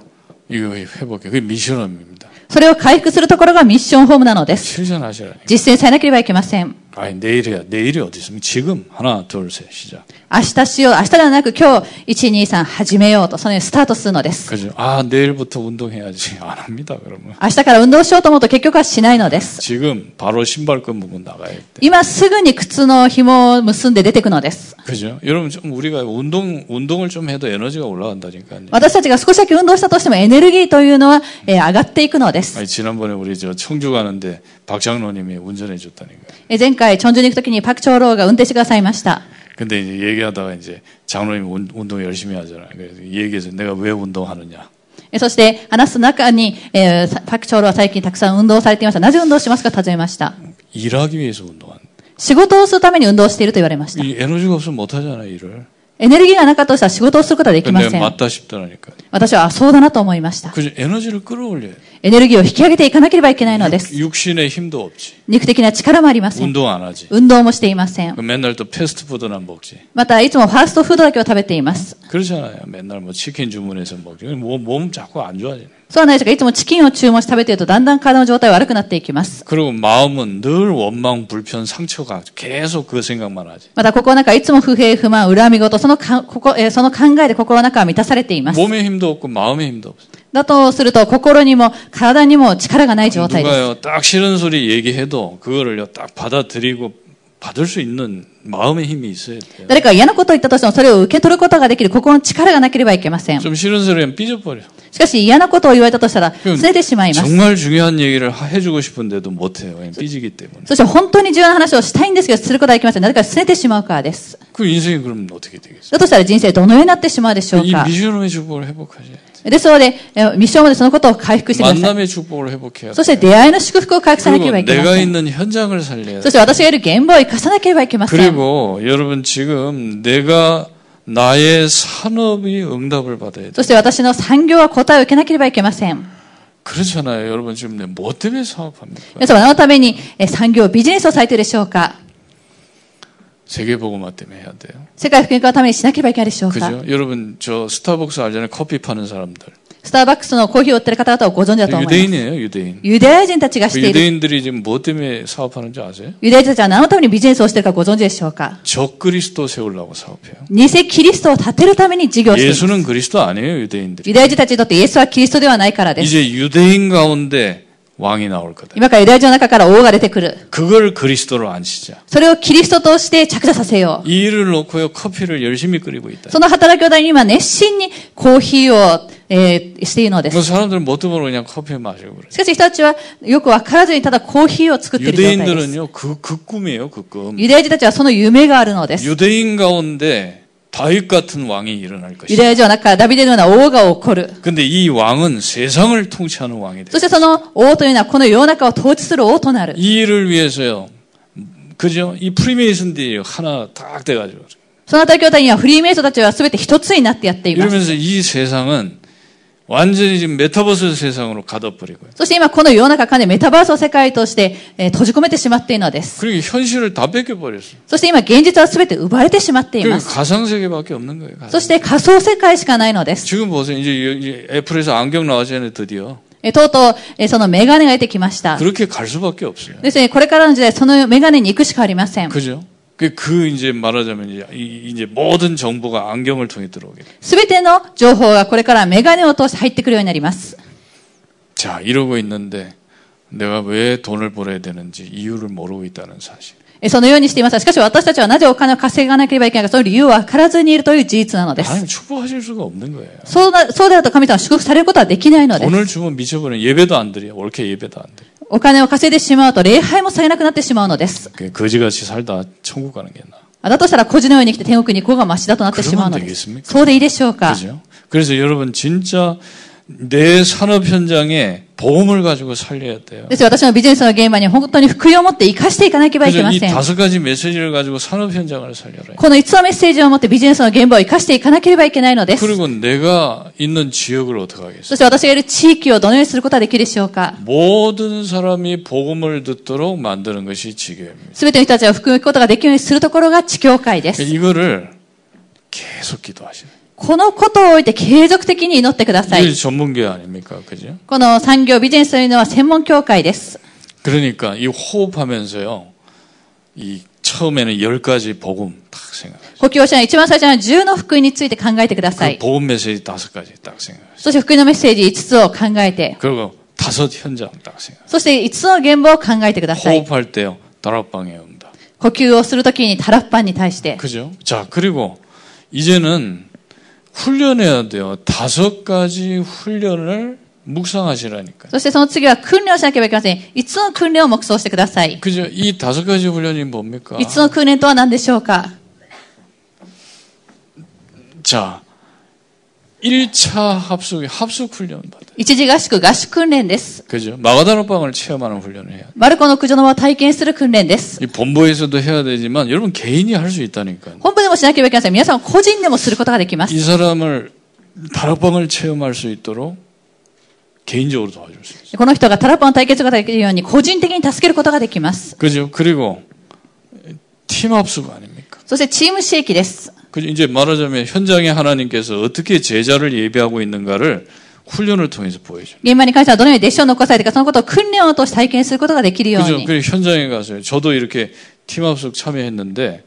S5: 이거 회복해. 그게 미션업입니다.
S3: それを回復するところがミッションホームなのです。
S5: 실천하시라니까.
S3: 実践されなければいけません。
S5: 아니, 내일이야. 내일이 어디 있습니까? 지금. 하나, 둘, 셋. 시작.
S3: 明日しよう。明日ではなく今日、1、2、3始めようと、そのようにスタートするのです。
S5: 그죠. 아, 내일부터 운동해야지. 안 합니다, 그러면.
S3: 明日から運動しようと思うと結局はしないのです。
S5: 지금 바로 신발끈 묶고 나가야 돼.
S3: 今すぐに靴の紐を結んで出てくのです。
S5: 그죠? 여러분, 좀 우리가 운동, 운동을 좀 해도 에너지가 올라간다니까요.
S3: 私たちが少しだけ運動したとしてもエネルギーというのは、えー上がっていくのです。
S5: 아니, 지난번에 우리 저 청주 가는데 박장로님이 운전해 줬다니까요.
S3: えー前回、チョンジュに行くときにパクチョーローが運転してくださいました。
S5: 근데 이제 얘기하다가 이제 장로님이 운- 운동 열심히 하잖아요. 그래서 얘기해서 내가 왜 운동하느냐.
S3: えーそして、話す中に、えーさパクチョーローは最近たくさん運動されていました。なぜ運動しますかと尋ねました。
S5: 일하기 위해서 운동한.
S3: 仕事をするために運動していると言われました。
S5: 이 에너지가 없으면 못하잖아, 일을.
S3: エネルギーがなかったとしたら仕事をすることはできま
S5: 근데
S3: せん。
S5: 맞다 싶더라니까요.
S3: 私はあそうだなと思いました。
S5: 그죠? 에너지를 끌어올려야 돼.
S3: エネルギーを引き上げていかなければいけないのです。
S5: 육신의 힘도 없지.
S3: 肉的な力もありません。
S5: 운동 안 하지.
S3: 運動もしていません
S5: 그 。 맨날 또 패스트푸드나 먹지.
S3: また、いつもファーストフードだけを食べています。
S5: 그렇잖아요. 맨날 뭐 치킨 주문해서 먹지. 뭐, 몸 자꾸 안 좋아지네.
S3: そうはないですか、いつもチキンを注文して食べていると、だんだん体の状態は悪くなっていきます。
S5: 그리고 마음은 늘 원망, 불편, 상처가 계속 그 생각만 하지.
S3: また、心の中はいつも不平不満、恨み事、そのかここ、えーその考えで心の中は満たされています。
S5: 몸의 힘도 없고 마음의 힘도 없어.
S3: だとすると、心にも体にも力がない状態です。
S5: 누가요 딱 싫은 소리 얘기해도 그거를요 딱 받아들이고 받을 수 있는 마음의 힘이 있어야 돼요.
S3: 誰かが嫌なことを言ったとしても、それを受け取ることができる心の力がなければいけません。
S5: 좀 싫은 소리면 삐져버려.
S3: しかし、嫌なことを言われたとしたら、拗ねてしまいます。
S5: 정말 중요한 얘기를 하- 해주고 싶은데도 못해요. 왜냐면 삐지기 때문에.
S3: そして本当に重要な話をしたいんですけど、することはできません。なぜか拗ねてしまうからです。
S5: 그 인생이 그럼 어떻게 되겠어요?
S3: だとしたら人生どのようになってしまうでしょう
S5: 이
S3: か。
S5: 미션의 축복을 회복하셔야 돼요.
S3: ですので、えーミッションまでそのことを回復してください。
S5: 만남의 축복을 회복해야
S3: そし
S5: 돼요.
S3: て出会いの祝福を回復さなけれ
S5: 그리고
S3: ばいけま
S5: 내가
S3: せん。
S5: 있는 현장을 살려야
S3: そ
S5: 돼요.
S3: して私がいる現場を生かさなければいけません。
S5: 그리고 여러분 지금 내가 나의 산업이 응답을 받아야 돼요.
S3: そして私の産業は答えを受けなければいけません。
S5: 그렇잖아요. 여러분 지금 뭐 때문에 사업합니까?
S3: 皆様、何のためにえー産業、ビジネスをされているでしょうか
S5: 세계보고마 때문에 해야 돼요.
S3: 世界福音化のためにしなければいけないでしょうか
S5: 그죠? 여러분 저 스타벅스 알잖아요. 커피 파는 사람들.
S3: スターバックスのコーヒーを売ってる方々をご存知だと思います。
S5: 유대인이에요, 유대인.
S3: ユダヤ人たちがし
S5: 그
S3: ている。
S5: 유대인들이 지금 뭐 때문에 사업하는지 아세요?
S3: ユダヤ人たちは何のためにビジネスをしているかご存知でしょうか
S5: 적 그리스도 세우려고 사업해요.
S3: 偽キリストを立てるために事業をしている。
S5: 예수는 그리스도 아니에요, 유대인들이.
S3: ユダヤ人たちにとってイエスはキリストではないからです。
S5: 이제 유대인 가운데 왕이 나올 거다.
S3: 今からユダヤ人の中から王が出てくる。
S5: 그걸 그리스도로 안시자.
S3: それをキリストとして着座させよ
S5: 이 일을 놓고요 커피를 열심히 끓이고 있다.
S3: う。その働きを代に今熱心にコーヒーを、えーしているので
S5: 그
S3: す。
S5: 사람들은 뭣도 모르고 그냥 커피 마시고 그래.
S3: しかし人たちはよくわからずにただコーヒーを作っている状態です。
S5: 유대인들은요 그, 그 꿈이에요 그 꿈.
S3: ユダヤ人たちはその夢があるのです。
S5: 유대인 가운데 다윗 같은 왕이 일어날
S3: ユ
S5: 것이다.
S3: ダヤ人の中からダビデのような王が起こる。
S5: 근데 이 왕은 세상을 통치하는 왕이 돼.
S3: そしてその王というのはこの世の中を統治する王となる。
S5: 이 일을 위해서요. 그죠? 이 프리메이슨들이 하나 딱 돼가지고
S3: その働きを代にはフリーメイソンたちは全て一つになってやっています。
S5: 이러면서 이 세상은 완전히 지금 메타버스 세상으로 가둬버리고요.
S3: そして今この世の中でメタバースを世界として、えー閉じ込めてしまっているのです。
S5: 그리고 현실을 다 뺏겨버렸어요.
S3: そして今現実は全て奪われてしまってい
S5: 그리고
S3: ます。
S5: 가상 세계밖에 없는 거예요. 가상.
S3: そして仮想世界しかないのです。
S5: 지금 보세요. 이제 여- 이제 애플에서 안경 나왔잖아요. 드디어
S3: えとうとう、えそのメガネが出てきました。
S5: 그렇게 갈 수밖에 없어요.
S3: ですね、これからの時代、そのメガネに行くしかありません。
S5: 그죠? 그, 그 이제 말하자면 이제, 이- 이제 모든 정보가 안경을 통해 들어오게 돼.
S3: すべての情報がこれからメガネを通して入ってくるようになります。
S5: 자, 이러고 있는데 내가 왜 돈을 벌어야 되는지 이유를 모르고 있다는 사실.
S3: えそのようにしていました。しかし私たちはなぜお金を稼がなければいけないか、その理由は分からずにいるという事実なのです。
S5: 하나님 축복하실 수가 없는 거예요.
S3: そうなそうであると神様は祝福されることはできないのです。
S5: 돈을 주면 미쳐버리는 예배도 안 드려. 올케 예배도 안 드려.
S3: お金を稼いでしまうと礼拝もされなくなってしまうのです。
S5: 그냥 거지같이 살다 천국 가는 게 나.
S3: あだとしたら、孤児のように生きて天国に行こうがましだとなってしまうので
S5: 그러면되겠습니
S3: す。
S5: 까
S3: そうでいいでしょうか
S5: 그죠? 그래서 여러분 진짜 내 산업 현장에 보험을 가지고 살려야 돼요.
S3: です私のビジネスの現場に本当に福音を持って生かしていかなければいけ
S5: 그래서
S3: ま
S5: 이
S3: せん。
S5: 다섯 가지 메시지를 가지고 산업 현장을 살려라.
S3: この5つのメッセージを持ってビジネスの現場を生かしていかなければいけないのです。
S5: 그리고 내가 있는 지역을 어떻게
S3: そ
S5: 하겠어요?
S3: して私がいる地域をどのようにすることができるでしょうか
S5: 모든 사람이 복음을 듣도록 만드는 것이 지교입니다.
S3: すべての人たちを含むことができるようにするところが地教会です。
S5: 이거를 계속 기도하시는.
S3: このことをおいて継続的に祈ってくださ
S5: 이게
S3: い。
S5: 전문계 아닙니까, 그죠?
S3: この産業ビジネスというのは専門協会です。
S5: 그러니까 이 호흡하면서요, 이 처음에는 열 가지 복음 딱 생각해요.
S3: 補強者の一番最初の10の福音について考えてくださ
S5: 그
S3: い。
S5: 복음 메시지 다섯 가지 딱 생각해요.
S3: そして福音のメッセージ5つを考えて、
S5: 그리고 다섯 현장 딱 생각해요.
S3: そして5つの現場を考えてください。
S5: 호흡할 때요, 다락방의 응답.
S3: 呼吸をするときにタラッパンに対して。
S5: 그죠? 자, 그리고 이제는 훈련해야 돼요. 다섯 가지 훈련을 묵상하시라니까.
S3: そしてその次は訓練をしなければいけません。5つの訓練を目想してください。
S5: 그죠? 이 다섯 가지 훈련이 뭡니까?
S3: 5つの訓練とは何でしょうか
S5: 자, 1차 합숙, 합숙 훈련 받아요.
S3: 一次合宿、合宿訓練です。
S5: 그죠? 마가다락방을 체험하는 훈련을 해야 돼요.
S3: マルコの苦情の輪を体験する訓練です。
S5: 이 본부에서도 해야 되지만 여러분 개인이 할 수 있다니까요.
S3: 本部でもしなければいけません。皆さんは個人でもすることができます
S5: 이 。 사람을 다락방을 체험할 수 있도록 개인적으로 도와줄 수 있어요.
S3: この人がタラッパンを体験することができるように個人的に助けることができます。
S5: 그죠? 그리고 팀 합숙 아닙니까?
S3: そしてチーム刺激です。
S5: 그죠? 이제 말하자면 현장에 하나님께서 어떻게 제자를 예배하고 있는가를 훈련을 통해서 보여줘요.
S3: 現場に関してはどのように弟子を残されてか、そのことを訓練を通して体験することができるよう
S5: 그죠?
S3: に。
S5: 그리고 현장에 가서요. 저도 이렇게 팀 합숙 참여했는데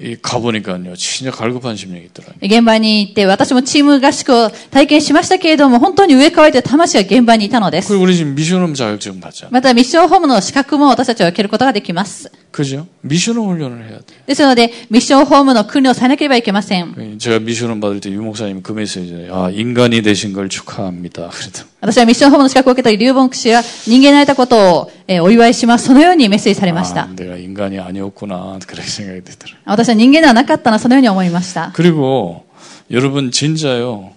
S5: 이 가보니까요. 진짜 갈급한 심령이 있더라고요.
S3: 現場に行って、私もチーム合宿を体験しましたけれども、本当に上乾いて魂が現場にいたのです。
S5: 그리고 우리 지금 미션홈 자격증 받잖아요.
S3: また、ミッションホームの資格も私たちは受けることができます。
S5: 그죠? 미션홈 훈련을 해야 돼요.
S3: ですので、ミッションホームの訓練をされなければいけません。
S5: 예, 제가 미션홈 받을 때 유목사님 그 메시지에 아 인간이 되신 걸 축하합니다. 그랬더니
S3: 私はミッションホームの資格を受けた劉文氏は人間になれたことを、えーお祝いします。そのようにメッセージされまし
S5: 아,
S3: た。
S5: 내가 인간이 아니었구나 그렇게 생각이 되더라고요.
S3: 私は人間ではなかったな、そのように思いました。
S5: 그리고 여러분 진짜요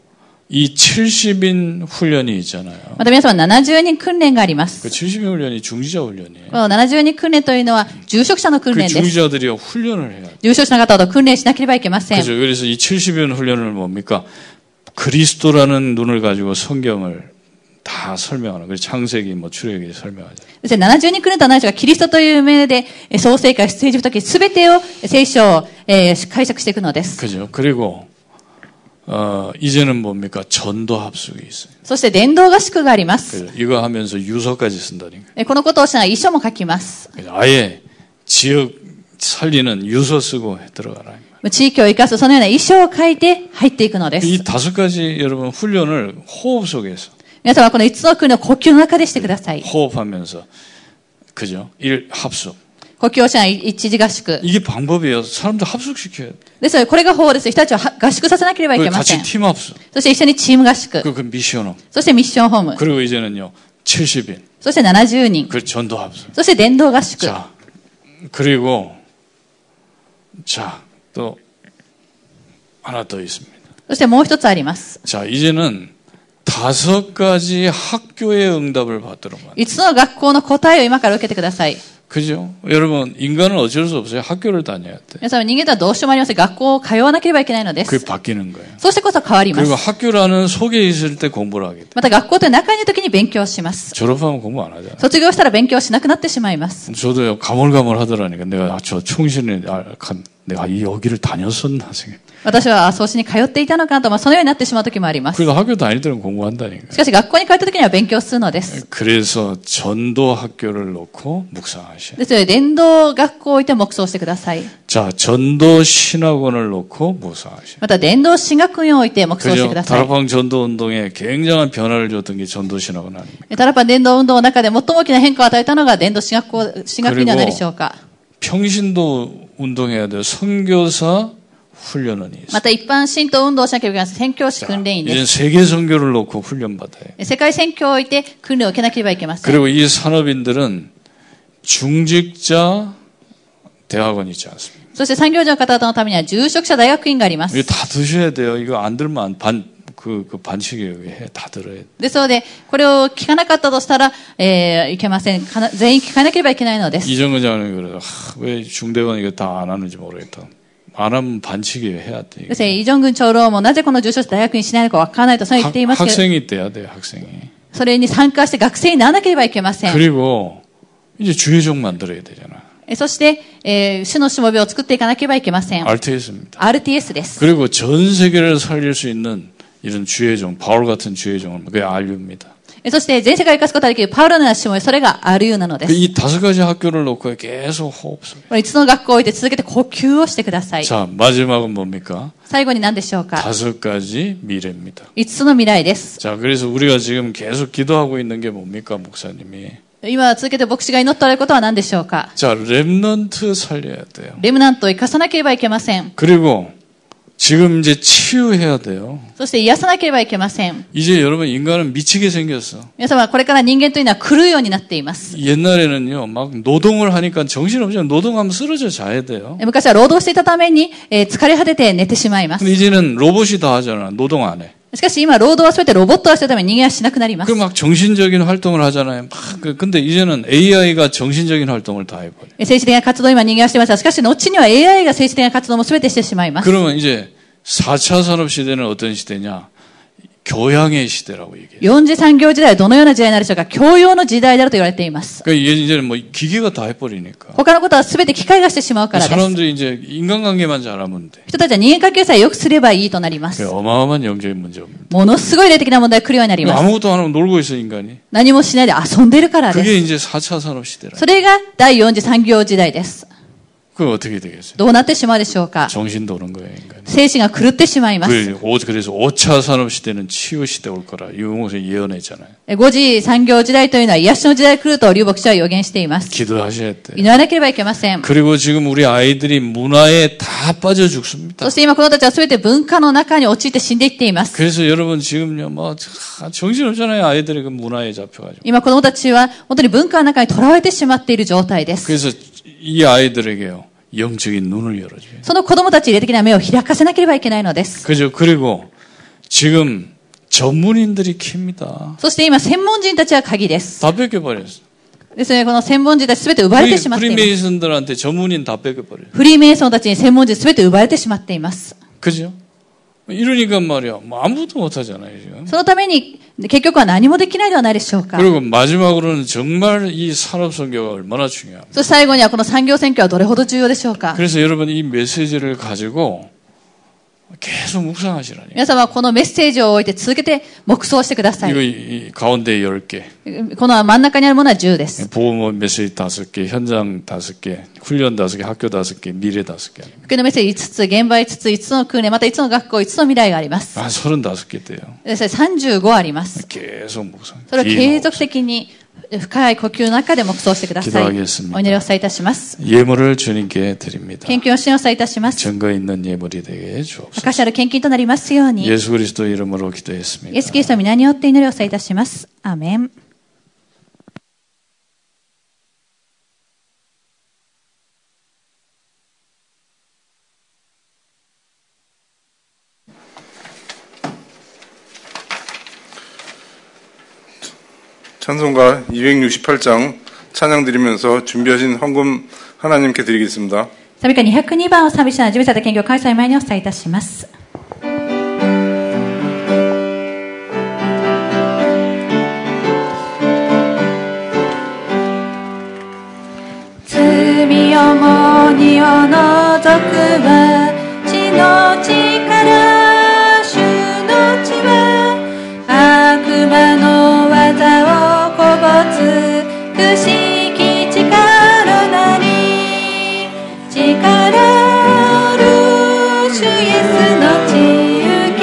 S5: 이 70인 훈련이 있잖아요.
S3: また皆様70人訓練がありま
S5: 그
S3: す。
S5: 70인 훈련이 중지자 훈련이에요.
S3: この70人訓練というのは住職者の訓
S5: 그
S3: 練です。
S5: 중지자들이 훈련을 해요.
S3: 住職者の方と訓練しなければいけません。
S5: 그죠? 그래서 이 70인 훈련을 뭡니까? 그리스도라는 눈을 가지고 성경을 다 설명하는. 그래서 창세기 뭐 출애굽기 설명하죠.
S3: そして70人訓練とは何でしょうかキリストという目でえー創世から出エジプト記すべてを聖書を、えー解釈していくのです。
S5: 그죠? 그리고 어, 이제는 뭡니까? 전도 합숙이 있어요.
S3: そして伝道合宿があります。
S5: 그죠? 이거 하면서 유서까지 쓴다니까.
S3: えーこのことをしたら遺書も書きます。
S5: 그죠? 아예 지역 살리는 유서 쓰고 들어가라.
S3: 地域を生かすそのような遺書を書いて入っていくのです。
S5: 이 다섯 가지 여러분 훈련을 호흡 속에서
S3: 皆様はこの5つの国を呼吸の中でしてくださ
S5: 예.
S3: い。
S5: 호흡하면서 그죠? 일 합숙.
S3: 呼吸をしない一時合宿。
S5: 이게 방법이에요. 사람들 합숙시켜야 돼.
S3: ですので、これが法です。人たちをは合宿させなければいけません
S5: 아, 같이 。팀 합숙.
S3: そして一緒にチーム合宿。
S5: 그, 그 미션업.
S3: そしてミッションホーム。
S5: 그리고 이제는요, 70인.
S3: そして70人。
S5: 그 전도 합숙.
S3: そして伝道合宿。
S5: 자, 그리고, 자, 또, 하나 더 있습니다.
S3: そしてもう一つあります。
S5: 자, 이제는 다섯 가지 학교의 응답을 받도록 만다
S3: 5つの学校の答えを今から受けてください。
S5: 예. 그죠? 여러분, 인간은 어쩔 수 없어요. 학교를 다녀야 돼.
S3: 皆様、人間とはどうしようもありません。学校を通わなければいけないので
S5: 그게
S3: す。
S5: 바뀌는 거예요.
S3: そうしてこそ変わりま
S5: 그리고
S3: す。
S5: 학교라는 속에 있을 때 공부를 하게 돼.
S3: また学校という中にいる時に勉強します。
S5: 졸업하면 공부 안 하잖아.
S3: 卒業したら勉強しなくなってしまいます。
S5: 저도요, 가물가물 하더라니까. 내가 아, 저 총신에, 아, 간- 내가 이 여기를 다녔었나 생각.
S3: 私は創始に通っていたのかなと、まあ、そのようになってしまう時もあります。
S5: 그래서 그러니까 학교 다닐 때는 공부한다니까.
S3: しかし学校に通った時には勉強するのです。
S5: 그래서 전도 학교를 놓고 묵상하셔.
S3: ですので、伝道学校を置いて黙想してください。
S5: 자, 전도 신학원을 놓고 묵상하셔.
S3: また、伝道進学院を置いて黙想してく
S5: 그죠?
S3: ださい。
S5: 다락방 네. 전도 운동에 굉장한 변화를 줬던 게 전도 신학원 아닙니까?
S3: タラパン伝道運動の中で最も大きな変化を与えたのが伝道進学校、進学院ではないでしょうか。
S5: 평신도 운동해야 돼요. 선교사 훈련원이
S3: ま
S5: 있어요. 네.
S3: た一般信徒運動をしなければいけません。宣教師訓練員
S5: 이젠
S3: で
S5: 세계 선교를 놓고 훈련 받아요.
S3: す。世界宣教を置いて訓練を受けなければいけません。
S5: 그리고 이 산업인들은 중직자 대학원이 있지 않습니까?
S3: そして産業者の方々のためには住職者大学院があります。
S5: 이거 다 드셔야 돼요. 이거 안 들면 안- 반, 그, 그 반칙이에요. 이게 다 들어야 돼.
S3: ですので、これを聞かなかったとしたら、えーいけません。かな全員聞かなければいけないのです。
S5: 이정근 장관이 그래요. 하, 왜 중대원 이거 다 안 하는지 모르겠다. 안 하면 반칙이에요. 해야 돼.
S3: ですね、イ・ジョングン長老もなぜこの住所大学院しないのかわからないとそれは言っていま
S5: 학,
S3: すけど、
S5: 학생이 돼야 돼요. 학생이.
S3: それに参加して学生にならなければいけません。
S5: 그리고 이제 주의종 만들어야 되잖아.
S3: えそして、えー主のしもべを作っていかなければいけません。
S5: RTS입니다.
S3: RTS です。
S5: 그리고 전 세계를 살릴 수 있는 이런 주의종, 바울 같은 주의종을 그게 RU입니다.
S3: えそして、全世界を生かすことができるパウロのようなしもべ、それが RU なのです。
S5: 그 이 다섯 가지 학교를 놓고 계속 호흡을.
S3: この5つの学校を置いて続けて呼吸をしてください。
S5: 자, 마지막은 뭡니까?
S3: 最後に何でしょうか
S5: 다섯 가지 미래입니다.
S3: 5つの未来です。
S5: 자, 그래서 우리가 지금 계속 기도하고 있는 게 뭡니까, 목사님이?
S3: 今続けて牧師が祈っておられることは何でしょうか
S5: 자, 랩넌트 살려야 돼요.
S3: レムナントを生かさなければいけません。
S5: 그리고 지금 이제 치유해야 돼요.
S3: そして癒さなければいけません。
S5: 이제 여러분 인간은 미치게 생겼어.
S3: 皆様、これから人間というのは狂うようになっています。
S5: 옛날에는요, 막 노동을 하니까 정신없이 노동하면 쓰러져 자야 돼요.
S3: 昔は労働していたために、えー疲れ果てて寝てしまいます
S5: 근데 。 이제는 로봇이 다 하잖아. 노동 안 해.
S3: しかし今、労働は全てロボットがするために人間はしなくなります
S5: 그 。막 정신적인 활동을 하잖아요. 막 그- 근데 이제는 AI가 정신적인 활동을 다 해버려.
S3: えー政治的な活動を今人間はしていましたが。しかし、後には AI が政治的な活動も全てしてしまいます。
S5: 그러면 이제 4차 산업 시대는 어떤 시대냐? 교양의 시대라고 얘기해요.
S3: 四次産業時代はどのような時代になるでしょうか教養の時代であると言われています。
S5: 그러니까 이제- 이제는 뭐 기계가 다 해버리니까.
S3: 他のことは全て機械がしてしまうからです。
S5: 사람들이 이제 인간관계만 잘하면 돼.
S3: 人たちは人間関係さえ良くすればいいとなりま
S5: 그
S3: す。
S5: 어마어마한 영적인 문제입니다.
S3: ものすごい霊的な問題が来るようになります。
S5: 아무것도 안 하고 놀고 있어 인간이.
S3: 何もしないで遊んでるからで
S5: 그게
S3: す。
S5: 이제 4차 산업 시대라.
S3: それが第四次産業時代です。
S5: 그거 어떻게 되겠어요?
S3: どうなってしまうでしょうか
S5: 정신 도는 거예요 인간이.
S3: 精神が狂ってしまいます。
S5: 그- 오- 그래서 5차 산업 시대는 치유 시대 올 거라 유흥호선 예언했잖아요.
S3: 5次産業時代というのは癒しの時代が来ると流牧師は予言しています。
S5: 기도하셔야 돼.
S3: 祈らなければいけません。
S5: 그리고 지금 우리 아이들이 문화에 다 빠져 죽습니다.
S3: そして今子供たちは全て文化の中に陥って死んでいっています。
S5: 그래서 여러분 지금요 뭐 참 정신없잖아요 아이들이 그 문화에 잡혀가지고.
S3: 今子供たちは本当に文化の中に囚われてしまっている状態です。
S5: 그래서 이 아이들에게요 영적인 눈을 열어줘요.
S3: その子供たちに霊的な目を開かせなければいけないのです。
S5: 그죠? 그리고 지금 전문인들이 킵니다.
S3: そして今専門人たちは鍵です。
S5: 다 뺏겨버렸어.
S3: ですのでこの専門人たち全て奪われ
S5: 프리,
S3: てしまっています。
S5: 프리메이슨들한테 전문인 다 뺏겨버려요.
S3: フリーメイソンたちに専門人全て奪われてしまっています。
S5: 그죠? 이러니까 말이야 뭐 아무것도 못하잖아요 지금.
S3: そのために結局は何もできないではないでしょうか。
S5: 그리고 마지막으로는 정말 이 산업 선교가 얼마나 중요합니다.
S3: そして最後にはこの産業選挙はどれほど重要でしょうか。
S5: 그래서 여러분 이 메시지를 가지고 계속 묵상하시라니.
S3: 皆様はこのメッセージを置いて続けて黙想してください。
S5: 이거 이- 이 가운데 10개,
S3: この真ん中にあるものは10です。
S5: 보험 메시지 5개, 현장 5개, 훈련 5개, 학교 5개, 미래 5개.
S3: 福音のメッセージ5つ、現場5つ、5つの訓練、また5つの学校、5つの未来があります。
S5: 한 35개 돼요.
S3: そして35あります。
S5: 계속 묵상.
S3: それを継
S5: 긴
S3: 続的に深い呼吸の中で黙想してください。
S5: 기도하겠습니다
S3: お祈りをさいたします。
S5: 뭐 예물을 주님께 드립니다.
S3: 献金を支援をさいたします。
S5: 증거 있는 예물이 되게 주옵소서.
S3: 証ある献金となりますように、イエ
S5: 예수 그리스도 이름으로 기도했습니다.
S3: ス・キリストの皆によって祈りをさいたします。アーメン。
S2: 찬송가 268장 찬양 드리면서 준비하신 헌금 하나님께 드리겠습니다.
S3: サビカ202番をサビシャの準備された献金を開催前にお伝えいたします。
S1: 罪重荷を除くは血の力主の血は悪魔の技をこぼつ不思議力なり力ある主イエスの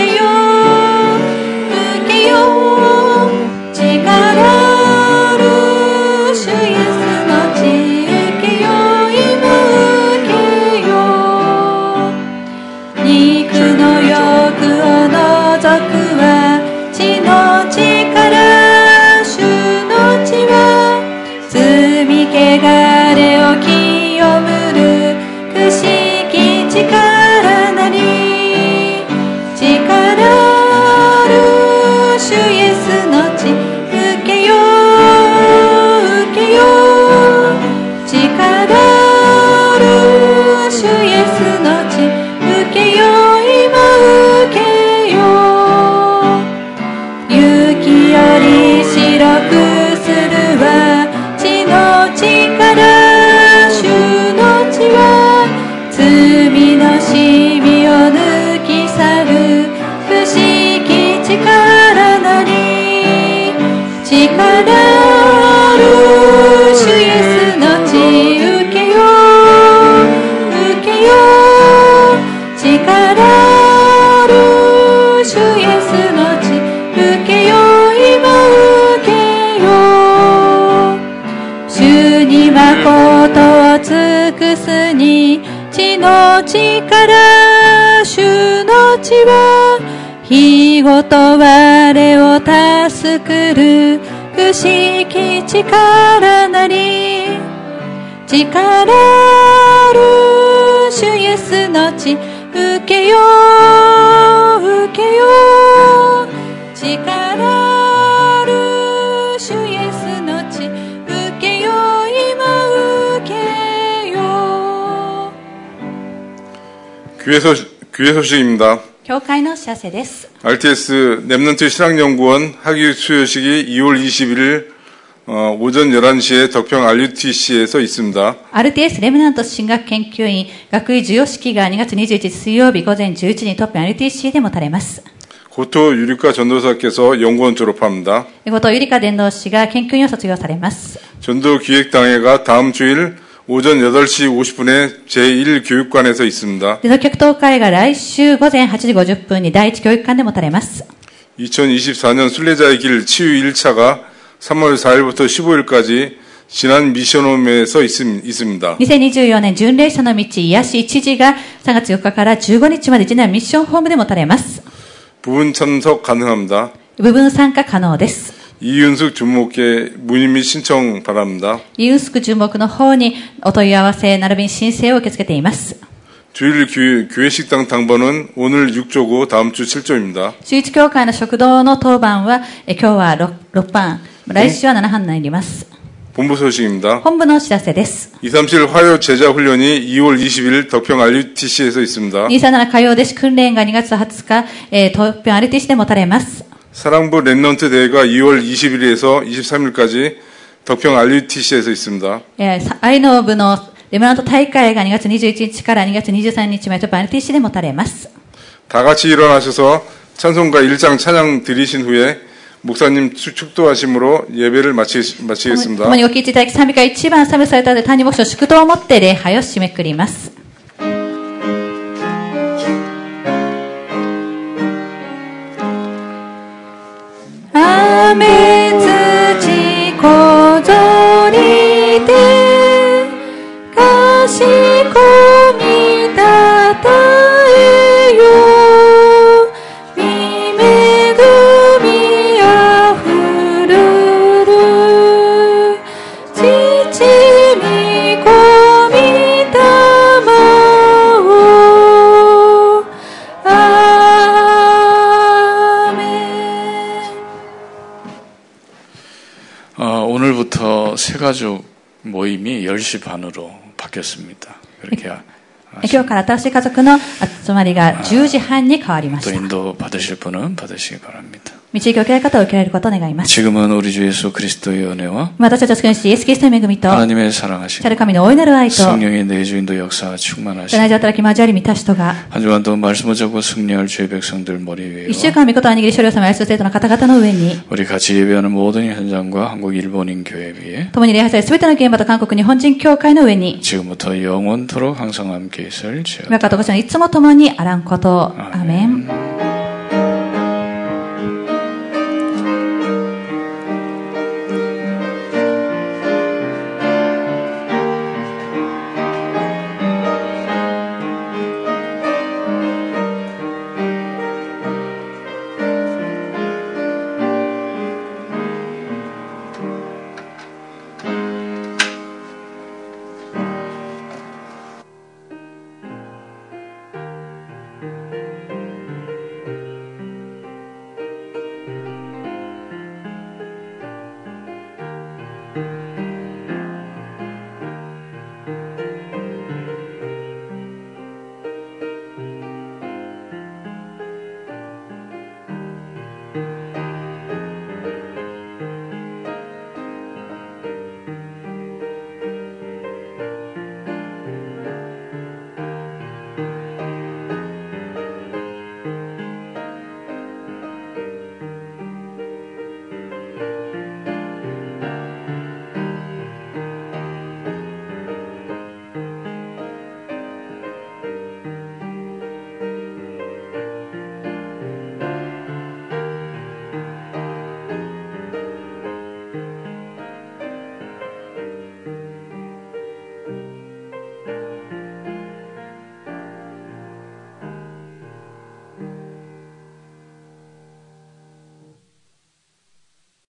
S3: 主イエスの血受けよう受けよう力ある主イエスの血受けよう今受けよう雪より白くするは血の力主の血は罪のしみを抜き去る不思議力なり力ある主イエスの血受けよう受けよう力ある主イエスの血受けよう今受けよう主に誠を尽くすに地の力主の地は日ごと我を助くる不思議力なり力ある主イエスの血受けよう受けよう力ある主イエスの血受けよう今受けよう
S2: 교회 소식, 교회 소식입니다.
S3: 教会の知らせです
S2: RTS 랩런트 신학연구원 학위 수여식이 2월 21일 어, 오전 11시에 덕평 RUTC에서 있습니다.
S3: RTS レムナント進学研究員学位授与式が2月21日水曜日午前11時にトップ RTC で持たれます。
S2: 고토 유리과 전도사께서 연구원 졸업합니다.
S3: 後藤ゆりか伝道師が研究員を卒業されます。
S2: 전도 기획당회가 다음 주일 오전 8시 50분에 제1교육관에서 있습니다.
S3: で、の客党会が来週午前8時50分に第一教育館で持たれます。
S2: 2024년 순례자의 길 치유 1차가 3월 4일부터 15일까지 지난 미션홈에서 있음- 있습니다.
S3: 2024年巡礼者の道癒し一時が3月4日から15日まで次男ミッションホームで持たれます。
S2: 부분 참석 가능합니다.
S3: 部分参加可能です。
S2: 이윤숙 주목회 문의 및 신청 바랍니다.
S3: ユースク注目の方にお問い合わせ並びに申請を受け付けています。
S2: 주일 교- 교회 식당 당번은 오늘 6조고 다음 주 7조입니다.
S3: 週一教会の食堂の当番は、え今日は 6, 6班、来週は7班になります。
S2: 본부 소식입니다.
S3: 本部のお知らせです。
S2: 237 화요 제자 훈련이 2월 20일 덕평 RUTC에서 있습니다.
S3: 237火曜弟子訓練が2月20日、えー、東京 RTC で持たれます。
S2: 사랑부 랩런트 대회가 2월 21일에서 23일까지 덕평 RUTC에서 있습니다.
S3: えーさ愛の部のレムナント大会が2月21日から2月23日までちょっと RTC で持たれます。
S2: 다 같이 일어나셔서 찬송가 1장 찬양 드리신 후에 목사님 축- 축도하심으로 예배를 마치,
S3: 共
S2: 마치겠습니다.
S3: にご聞いていただき賛美歌1番賛美されたので、谷牧師の祝祷を持って礼拝を締めくくります。雨土小ぞりでかしこみたたえよみめぐみあふるる父みこみたまをあめ
S5: 아, 오늘부터 새가족 모임이 10시 반으로 바뀌었습니다. 그렇게 아-
S3: 今日から新しい家族の集まりが10時半に変わりま
S5: 또
S3: した。
S5: 인도 받으실 분은 받으시기 바랍니다.
S3: 導きを受けられる方を受けられることを願います。
S5: 지금은 우리 주 예수 그리스도의 은혜와
S3: 私たちを救い主イエス・キリストの恵みと、去
S5: 하나님의 사랑하심,
S3: る神の大いなる愛と、ない
S5: 성령의 내주인도 역사와
S3: じ
S5: 충만하심,
S3: 働き交わり満たしとが、
S5: 한 주간 동안 말씀을 잡고 승리할 주의 백성들 머리
S3: 一週
S5: 위에
S3: 間御事を握り処理をさまイス生徒の方々の上に、
S5: 우리 같이 예배하는 모든 현장과 한국 일본인 교회 위에
S3: 共に礼拝され全ての現場と韓国日本人協会の上に、
S5: 지금부터 영원토록 항상 함께 있을 죄.
S3: 親方とご主人いつも共にあらんことを。アーメン。